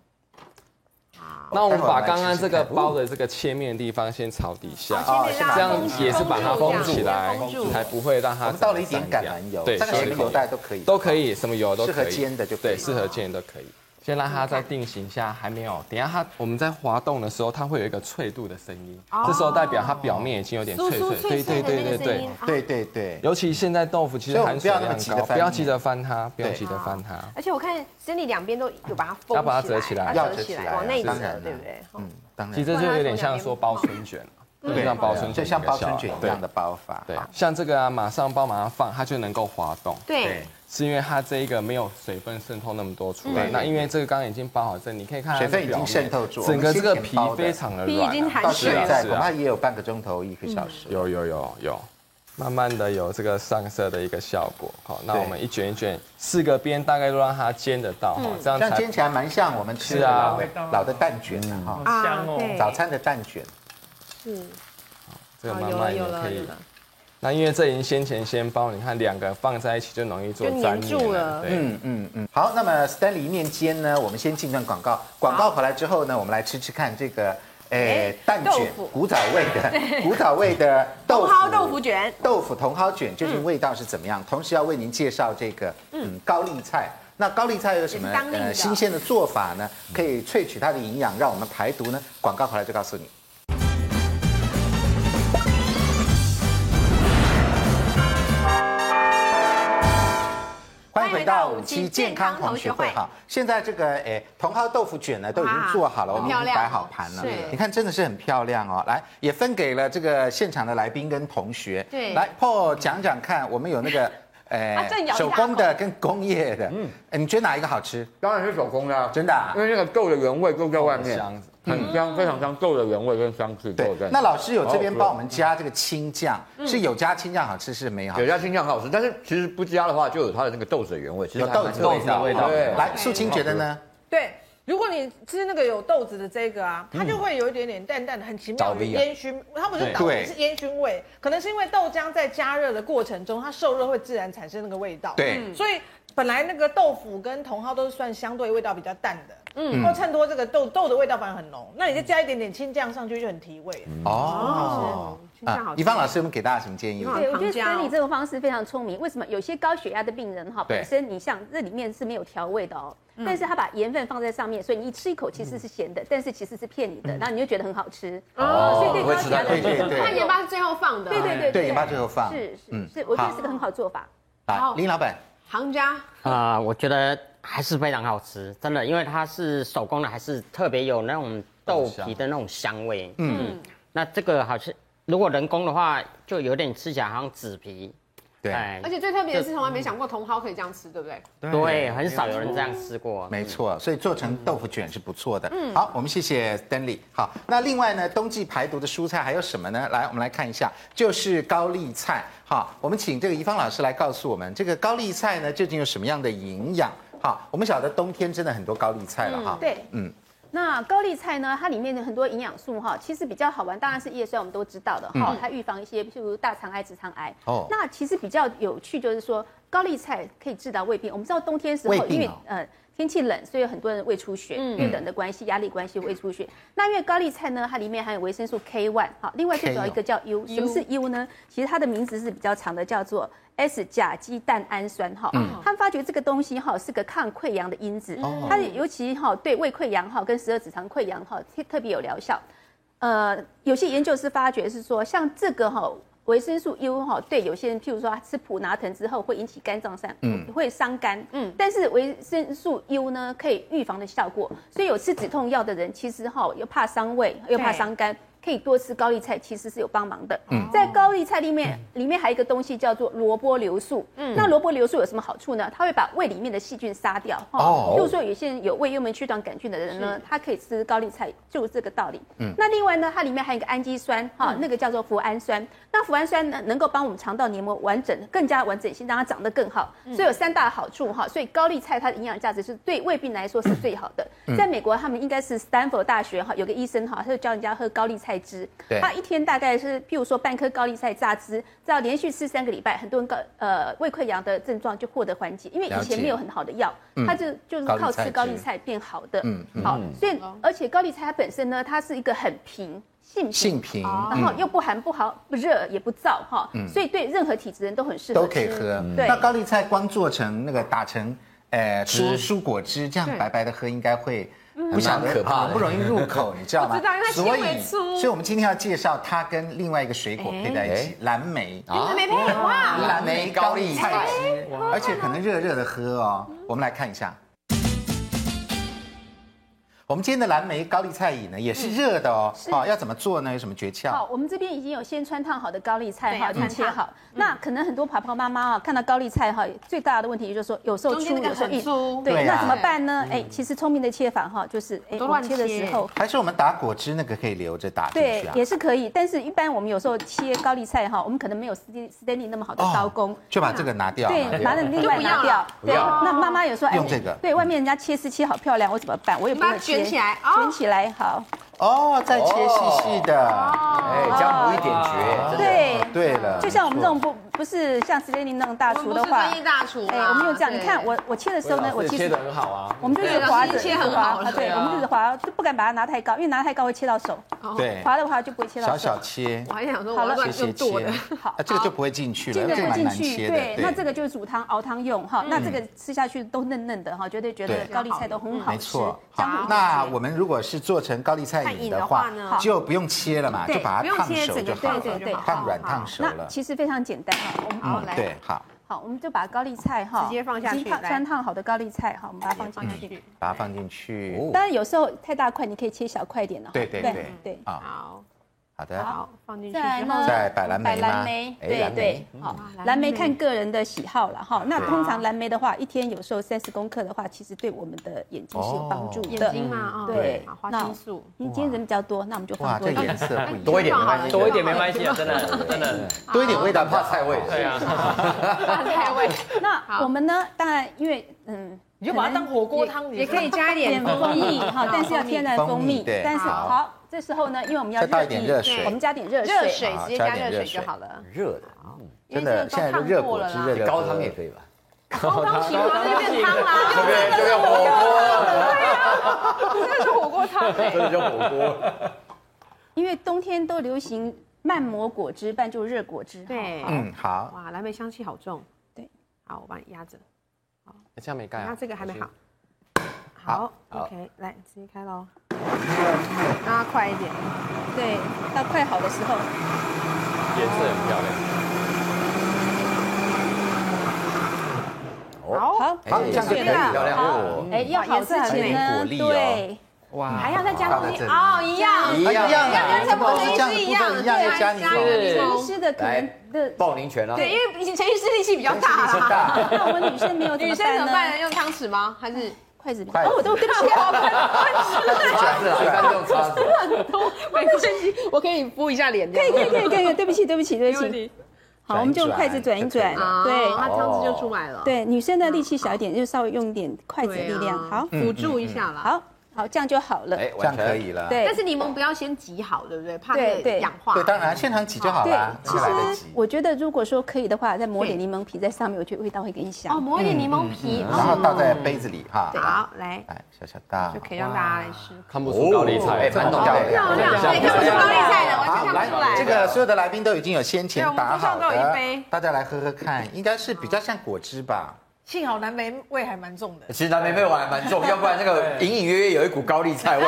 S8: 那我们
S1: 待会儿
S8: 把
S1: 来
S8: 刚刚
S1: 试试
S8: 这个
S1: 看
S8: 包的这个切面的地方先朝底下，
S1: 哦
S2: 先
S1: 先
S2: 让它
S8: 这样
S2: 封住
S8: 也是把它封起来
S2: 封住，
S8: 才不会让它
S1: 我们倒了一点橄榄油，
S8: 对，
S1: 大概什么油
S8: 可以
S1: 带都可以，
S8: 都可以，什么油都可以，
S1: 适合煎的就可以
S8: 对，适合煎的都可以。先让它再定型一下，还没有。等一下它我们在滑动的时候，它会有一个脆度的声音，这时候代表它表面已经有点
S2: 酥
S8: 脆
S2: 哦酥脆
S8: 脆，
S2: 脆的那个声音。
S1: 对对对，
S8: 尤其现在豆腐其
S1: 所以
S8: 实
S1: 我们
S8: 含
S1: 不
S8: 水
S1: 要
S8: 量
S1: 那么急地
S8: 高，
S1: 翻
S8: 不要
S1: 面
S8: 急着翻它，不要
S1: 对
S8: 急着翻它。
S2: 而且我看 Cindy 两边都有把它封
S8: 要把它折起来
S2: 要折起来，
S1: 要折起来
S2: 往内
S1: 当然
S2: 折
S1: 了，
S2: 对不对？哦
S1: 嗯，当
S8: 其实
S1: 然，
S8: 这就有点像说包春卷了，有点像包春
S1: 就
S8: 卷，
S1: 像包春卷一样的
S8: 的。
S1: 包法，
S8: 对
S1: 好，
S8: 像这个啊，马上包马上放，它就能够滑动。
S2: 对，
S8: 是因为它这一个没有水分渗透那么多出来。
S1: 嗯
S8: 那因为这个刚刚已经包好这，你可以看它
S1: 水
S8: 的
S1: 分已经
S8: 表面
S1: 渗透住
S8: 整个这个
S1: 我们先
S8: 皮
S1: 填包的
S8: 非常的
S2: 皮
S8: 软啊，
S2: 已经含
S1: 到
S2: 水
S1: 现
S2: 了
S1: 在
S8: 是啊
S1: 恐怕也有半个钟头一个小时。
S8: 有有有有，慢慢的有这个上色的一个效果。好，那
S1: 对
S8: 我们一卷一卷，四个边大概都让它煎得到，
S2: 嗯
S8: 哈，这样
S1: 这样
S8: 才
S1: 煎起来蛮像我们吃
S8: 是
S1: 的老
S8: 啊
S1: 的老的蛋卷啊哈，
S2: 啊
S3: 香哦
S2: 对
S1: 早餐的蛋卷，啊
S8: 这个
S2: 哦
S8: 慢
S2: 有
S8: 慢
S2: 了
S8: 也
S2: 有了
S8: 可以
S2: 有了。
S8: 那因为这已经先前先包，你看两个放在一起就容易做
S2: 就
S8: 粘
S2: 粘住了
S8: 对，
S1: 嗯嗯嗯。好，那么 Stanley 一面煎呢，我们先进段广告，广告回来之后呢，我们来吃吃看这个。诶，蛋
S2: 哎豆
S1: 卷
S2: 腐，
S1: 古早味 的，古早味的豆
S2: 茼
S1: 腐，
S2: 蒿豆腐卷，
S1: 豆腐茼蒿卷
S2: 嗯
S1: 究竟味道是怎么样？同时要为您介绍这个嗯高丽菜。那高丽菜有什么呃
S2: 也是当地的
S1: 新鲜的做法呢？可以萃取它的营养，让我们排毒呢？广告回来就告诉你。欢迎回到五期健康同学会哈！现在这个诶茼蒿豆腐卷呢都已经做好了，
S2: 哇
S1: 我们已
S2: 很漂
S1: 经
S2: 亮
S1: 摆好盘了
S2: 是。
S1: 你看真的是很漂亮哦，来也分给了这个现场的来宾跟同学。
S2: 对
S1: 来 Paul 讲讲看，我们有那 个
S2: 啊
S1: 诶
S2: 这咬一大口
S1: 手工的跟工业的，嗯，你觉得哪一个好吃？
S5: 当然是手工的啊，
S1: 真的啊
S5: 因为那个豆的原味都在外面，
S8: 香子。
S5: 很香，
S2: 嗯
S5: 非常香，豆的原味跟香气都
S1: 对
S5: 有在，。
S1: 那老师有这边
S5: 好好吃哦
S1: 帮我们加这个青酱，
S2: 嗯
S1: 是有加青酱好吃是没有好
S5: 有
S1: 吃？
S5: 加青酱很好吃，但是其实不加的话，就有它的那个豆子的原味，其实
S1: 有
S5: 还
S1: 豆
S5: 蛮
S1: 子的味道。
S5: 对，
S2: 嗯
S1: 来，素清觉得呢？
S7: 对，如果你吃那个有豆子的这个啊，它就会有一点点淡淡的，很奇妙
S8: 倒
S7: 的
S8: 味啊
S7: 烟熏，它不是
S3: 对
S7: 倒味，
S1: 对
S7: 是烟熏味，可能是因为豆浆在加热的过程中，它受热会自然产生那个味道。
S1: 对
S7: 嗯，所以本来那个豆腐跟茼蒿都是算相对味道比较淡的，嗯，然后衬托这个豆豆的味道反而很浓，那你再加一点点青酱上去就很提味了。
S1: 哦，
S2: 这样好吃
S1: 一芳老师，我们给大家什么建议？
S2: 嗯
S4: 对，我觉得
S2: 糖浆
S4: 生理这个方式非常聪明。为什么有些高血压的病人哈，
S1: 对
S4: 本身你像这里面是没有调味的哦，
S2: 嗯
S4: 但是他把盐分放在上面，所以你一吃一口其
S1: 嗯
S4: 实是咸的，但是其实是骗你的，然后你就觉得很好吃。
S1: 哦
S4: 哦，所以对
S1: 我
S4: 高
S1: 会吃
S4: 血
S1: 到
S4: 压的
S1: 对对对
S2: 看盐巴是最后放的，
S4: 对对对
S1: 对盐巴最后放
S4: 是
S1: 嗯
S4: 是是，我觉
S1: 好
S4: 得是个很好做法。
S1: 来
S2: 好，
S1: 林老板，
S2: 行家
S6: 啊，我觉得还是非常好吃，真的，因为它是手工的，还是特别有那种豆皮的那种香味。嗯，那这个好像如果人工的话，就有点吃起来好像纸皮。
S1: 对，
S6: 哎
S2: 而且最特别的是，从来没想过茼蒿可以这样吃，对不对？
S6: 对，很少有人这样吃过。
S1: 没错，所以做成豆腐卷是不错的。嗯，好，我们谢谢 Stanley。好，那另外呢，冬季排毒的蔬菜还有什么呢？来，我们来看一下，就是高丽菜。好，我们请这个怡芳老师来告诉我们，这个高丽菜呢究竟有什么样的营养？好，我们晓得冬天真的很多高丽菜了哈。
S4: 对，
S1: 嗯
S4: 嗯。那高丽菜呢？它里面的很多营养素哈，其实比较好玩，当然是叶酸，我们都知道的哈，它预防一些，譬如大肠癌、直肠癌。
S1: 嗯哦
S4: 哦，那其实比较有趣就是说，高丽菜可以治疗胃病。我们知道冬天时候，
S1: 胃病哦
S4: 因为呃天气冷，所以很多人胃出血，因为冷的关系、压力关系胃出血。那因为高丽菜呢，它里面含有维生素 K one，好，另外最主要一个叫 U，什么是 U 呢？其实它的名字是比较长的，叫做 S 甲基蛋氨酸哈。他们发觉这个东西哈是个抗溃疡的因子，它尤其哈对胃溃疡哈跟十二指肠溃疡哈特特别有疗效。呃，有些研究是发觉是说，像这个哈、维生素 U 哈、对有些人，譬如说他吃普拿疼之后会引起肝脏伤，会伤肝，嗯，但是维生素 U 呢可以预防的效果，所以有吃止痛药的人，其实哈、又怕伤胃，又怕伤肝。可以多吃高丽菜，其实是有帮忙的。在高丽菜里面，里面还有一个东西叫做萝卜硫素。那萝卜硫素有什么好处呢？它会把胃里面的细菌杀掉。
S1: 哦
S4: 哦，譬如说有些人有胃幽门曲短杆菌的人呢，他可以吃高丽菜，就这个道理。那另外呢，它里面还有一个氨基酸，哈、
S1: 嗯
S4: 那个叫做脯氨酸。那脯氨酸呢，能够帮我们肠道黏膜完整、更加完整性，让它长得更好。
S1: 嗯
S4: 所以有三大好处哈。所以高丽菜它的营养价值是对胃病来说是最好的。
S1: 嗯
S4: 在美国，他们应该是斯坦福大学哈，有个医生哈，他就教人家喝高丽菜汁
S1: 对。
S4: 他一天大概是，譬如说半颗高丽菜榨汁，只要连续吃三个礼拜，很多人高呃胃溃疡的症状就获得缓解，因为
S1: 了
S4: 以前
S1: 解嗯
S4: 没有很好的药，他就就是
S1: 高丽
S4: 靠
S1: 菜
S4: 吃高丽
S1: 汁
S4: 菜。菜变好的。
S1: 嗯
S4: 嗯
S1: 嗯，
S4: 好，所以
S2: 哦
S4: 而且高丽菜它本身呢，它是一个很平性
S1: 性嗯
S4: 平，
S1: 平
S4: 然后又不寒不好不热也不燥哈，所以对任何体质人都很适
S1: 嗯
S4: 合
S1: 都可以
S4: 吃
S1: 喝。
S4: 对
S1: 那高丽菜光做成那个打成，呃，蔬蔬果汁这样白白的喝，应该会。不晓得
S8: 蛮可怕的
S1: 啊不容易入口，你知道吗？
S2: 我知道因为它纤
S1: 所
S2: 维
S1: 以，
S2: 粗
S1: 所以我们今天要介绍它跟另外一个水果配在一起，蓝莓啊，
S2: 蓝莓配哇，
S1: 蓝莓高丽菜汁，而且可能热热的喝哦。我们来看一下。我们今天的蓝莓高丽菜饮呢，也是热的哦。哦，要怎么做呢？有什么诀窍？
S4: 好，我们这边已经有先穿烫好的高丽菜
S2: 对要
S4: 哈，已经
S2: 穿
S4: 切
S2: 烫嗯
S4: 好。那可能很多婆婆妈妈啊，看到高丽菜哈，最大的问题就是说有时候
S2: 中
S4: 粗，
S2: 间那个
S4: 有时候
S2: 很
S4: 硬。
S2: 粗，
S1: 对
S4: 对，
S1: 啊
S4: 那怎么办呢？哎，其实聪明的切法哈，就是哎，
S2: 都
S4: 我
S2: 乱
S4: 们切的
S2: 切
S4: 时候
S1: 还是我们打果汁那个可以留着打进
S4: 对
S1: 去啊，？
S4: 也是可以，但是一般我们有时候切高丽菜哈，我们可能没有 Stan- Stanley 那么好的
S1: 哦
S4: 刀工，
S1: 就把这个拿掉。
S4: 对，把那另外
S2: 就
S4: 拿
S2: 不要
S4: 掉
S2: 了。
S4: 对，那妈妈有说，哎
S1: 用这个
S4: 对外面人家切丝切好漂亮，我怎么办？我也不
S2: 把
S4: 会
S2: 它
S4: 切
S2: 卷起来哦
S4: 卷起来好。
S1: 哦，再切细细的。
S5: 哎，江湖一点绝，真的。
S4: 对，
S1: 哦对了，
S4: 哦就像我们这种不不是像 s t a n 那种大
S2: 我
S4: 厨
S2: 们不
S4: 的
S2: 是
S4: 话，
S2: 专业大厨啊，
S4: 哎，我们用这样，你
S2: 对
S4: 看我我切的时候呢，我其
S8: 切
S4: 实
S8: 的很好啊。
S4: 我们就一直
S2: 对
S4: 划
S2: 老师
S4: 着，
S2: 切
S4: 一直
S2: 很
S4: 划
S2: 好了
S4: 啊对，
S2: 对啊
S4: 我们一直划，就不敢把它拿太高，因为拿太高会切到手，
S1: 对，
S4: 划的话就不会切到
S1: 小
S4: 手。
S1: 小切
S2: 哦我，还想说，
S4: 好
S2: 我
S4: 了
S2: 乱
S1: 细
S2: 用
S1: 细
S2: 剁
S1: 切
S2: 的。，
S4: 好
S1: 啊，这个就不会进去
S4: 进
S1: 了，
S4: 的
S1: 这个
S4: 不
S1: 蛮
S4: 进
S1: 难
S4: 去，
S1: 切
S4: 对
S1: 的。，
S4: 那这个就是煮汤熬汤用
S2: 嗯
S4: 哈，那这个吃下去都嫩嫩的哈，绝对觉
S1: 对
S4: 得高丽菜都很好
S1: 没
S4: 吃。
S1: 错。
S4: 这样
S1: 好，那我们如果是做成高丽菜饮的话
S2: 菜饮的话呢，
S1: 就不用切了嘛，
S4: 对
S1: 就把它烫熟就好了，
S4: 对对对
S1: 烫软烫熟
S4: 那
S1: 了。嗯
S4: 其实非常简单哈，我们
S2: 好，来，
S1: 对，好，
S4: 好，我们就把高丽菜哈
S2: 直接放下去
S4: 已经烫
S2: 来
S4: 穿烫好的高丽菜哈，我们把它放
S2: 放
S4: 进
S2: 下
S4: 去。
S2: 去。
S1: 把它放进去。
S5: 哦
S4: 当然有时候太大块，你可以切小块一点的哈。
S1: 对对
S4: 对
S1: 对
S4: 对。
S1: 啊，
S2: 好，
S1: 好的，
S2: 好，放进去
S4: 再来
S2: 之
S4: 呢
S2: 后，
S1: 再摆蓝莓吗
S4: 摆蓝莓，
S5: 哎
S4: 对
S5: 蓝莓
S4: 对，好
S2: 嗯，
S4: 蓝莓看个人的喜好了哈。那通常蓝莓的话，一天有时候三十公克的话，其实对我们的眼睛是有帮助
S2: 眼
S4: 的。
S2: 睛嘛，啊，
S4: 对
S2: 好花青素，
S4: 你今天人比较多，那我们就
S1: 哇，
S4: 放多
S1: 这
S4: 一点
S1: 颜。色不一样，
S5: 多一点没关系
S3: 多一点没关系啊，真的真的。
S1: 多一点味道比较
S5: 怕
S1: 好
S5: 菜味。
S3: 对啊，
S2: 大菜味。
S4: 那我们呢？当然，因为嗯，
S7: 你就把它当火锅汤，
S4: 也可以加一点蜂 蜜哈，但是要天然蜂
S5: 蜂蜜
S4: 蜜。
S5: 对
S4: 但是
S5: 好
S4: 好，这时候呢，因为我们要
S5: 再倒一
S4: 热
S5: 点
S4: 饮
S5: 热水
S4: 我们加点热水。
S2: 热呃水
S5: 啊
S2: 直接
S5: 加
S2: 加
S5: 点
S2: 热水
S5: 热水
S2: 就好了。
S5: 热的，
S2: 因为
S1: 嗯真
S2: 这个都
S1: 的，现在的
S2: 烫
S1: 热
S2: 过
S1: 果
S2: 了
S1: 汁
S2: 啦、
S1: 热的
S5: 高汤也可以吧？
S2: 高汤起锅就变汤啦，
S5: 对不对？就啊
S2: 这
S5: 像火锅，
S2: 是火锅汤哎、
S5: 真的叫火锅。
S4: 因为冬天都流行慢磨果汁，不然就热果汁。
S2: 对，
S1: 嗯，好，
S2: 哇，蓝莓香气好重。
S4: 对，
S2: 好，我帮你压着。
S1: 哎
S8: 这样没盖
S2: 那
S8: 啊？
S2: 这个还没好。
S5: 好
S2: 好
S5: 好
S2: ，OK，来直接开喽。让它快一点。
S4: 对，到快好的时候，
S8: 颜色很漂亮。
S2: 好，
S4: 好，
S5: 哎，这样就可以漂亮哦。
S4: 哎，要好之前呢，
S5: 颜色很美果粒
S4: 对，
S8: 哇，
S2: 还要再加东西
S5: 好
S2: 哦，一样。
S5: 一样
S2: 跟
S1: 啊，
S2: 陈
S1: 怎
S2: 柏
S1: 么
S2: 霖
S1: 是这样
S2: 是
S1: 的
S2: 一
S1: 部
S2: 样的，
S1: 分一样，要加
S2: 对加一
S1: 柠
S2: 点
S1: 檬。
S2: 柠
S4: 医
S2: 檬。
S4: 师的可能
S5: 来
S4: 的，
S5: 爆林泉啊，
S2: 对，因为以前陈医师力气比较大
S5: 是
S2: 啦。
S5: 大，
S4: 那我们女生没有怎
S2: 女
S4: 么
S2: 生怎么办呢？
S4: 办呢？
S2: 用汤匙吗？还是
S4: 筷子比较
S5: 筷子
S4: 哦，我都跟你
S2: 好看
S5: 叉子啊，一般用叉子。
S2: 没关系，我可以敷一下脸这
S4: 可以
S2: 样。
S4: 可以可以可以，对不起对不起对不
S2: 没问
S4: 起。
S2: 题。哦
S4: 好，我们就用筷子转一转
S5: 转一转，
S4: 对
S2: 它汤汁就出来了。
S4: 对，女生的力气小一点，就稍微用一点筷子的力量。
S2: 对啊
S4: 好，
S2: 辅助一下啦。
S4: 好，好，这样就好了。
S5: 哎，
S1: 这样可以
S5: 了。
S1: 了。
S4: 对
S2: 但，是柠檬不要先挤好，对不对？怕
S4: 对
S2: 那个
S4: 对
S2: 氧化。
S1: 对，当然现场挤就好
S4: 对
S1: 了，，
S4: 其
S1: 这来得
S4: 实
S1: 及。
S4: 我觉得如果说可以的话，再抹点
S2: 对
S4: 柠檬皮在上面，我觉得味道会更香。
S2: 哦，抹一点柠檬皮，
S1: 然后
S2: 哦
S1: 倒在杯子里哈。
S2: 嗯好，来
S1: 来小小倒
S2: 就。可以让大家来吃。
S8: 看不
S1: 哦
S8: 出高丽菜，
S5: 哎，蛮懂
S1: 漂
S5: 道
S1: 亮
S5: 理。
S2: 漂亮，哦对，看不出高丽菜了，完全看不出来。
S1: 这个所有的来宾都已经有先前
S2: 对我们
S1: 打
S2: 桌上
S1: 好
S2: 都有一
S1: 的
S2: 杯，
S1: 大家来喝喝看，应该是比较像果汁吧。
S7: 幸好蓝莓味还蛮重的。
S5: 其实蓝莓味我还蛮重，要不然那个隐隐约约有一股高丽菜味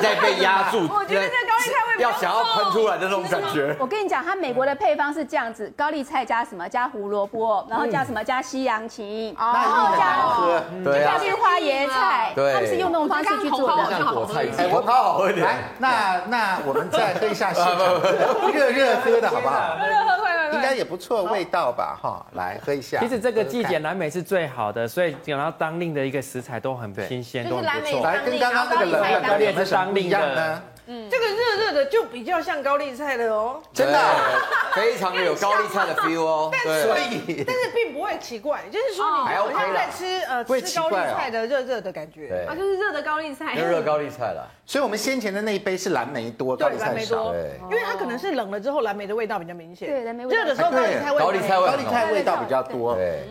S5: 在被压住。
S7: 我觉得这个高丽菜味比较
S5: 要想要喷出来的那种感
S1: 嗯
S5: 觉。
S4: 我跟你讲，它美国的配方是这样子：高丽菜加什么？加胡萝卜，然后加什么？加西洋芹，
S1: 哦
S4: 然后加
S5: 对
S4: 加，
S5: 啊
S4: 绿花椰菜。
S5: 对
S4: 他们是用那种方式去做
S2: 刚刚
S4: 的
S2: 好。像好喝一点
S5: 哎，我泡好喝一
S1: 来
S5: 点。，
S1: 那那我们再喝一下现 场热热喝的好不好？应该也不错，味道吧哈。来喝一下。
S3: 其实这个季节
S1: 喝喝
S3: 蓝莓是最好的，所以然后当令的一个食材都很
S1: 对
S3: 新鲜，
S2: 就
S3: 都
S2: 是
S3: 很
S2: 蓝
S3: 不
S2: 莓
S3: 错。
S1: 看来跟刚刚那个冷冷的有没有什么不一样呢？
S7: 这个热热的就比较像高丽菜了哦，
S5: 真的啊非常有高丽菜的 feel 哦。
S1: 所
S5: 对，
S1: 以
S7: 但是并不会奇怪，就是说你
S5: 还
S7: 好
S5: OK 啦
S7: 像在吃呃
S1: 不会
S7: 吃
S1: 奇
S7: 高丽
S1: 怪哦
S7: 菜的热热的感觉。
S5: 对
S2: 啊，就是热的高丽菜。
S5: 热热高丽菜了。
S1: 所以我们先前的那一杯是蓝莓多，高
S7: 对，
S1: 丽
S7: 蓝
S1: 菜
S7: 莓
S1: 少
S7: 多。
S5: 对，
S7: 因为它可能是冷了之后蓝莓的味道比较明显。
S4: 对蓝莓味道
S7: 热的时候高丽菜味。
S5: 高丽菜味
S1: 哎高丽菜味道比较多，
S5: 对，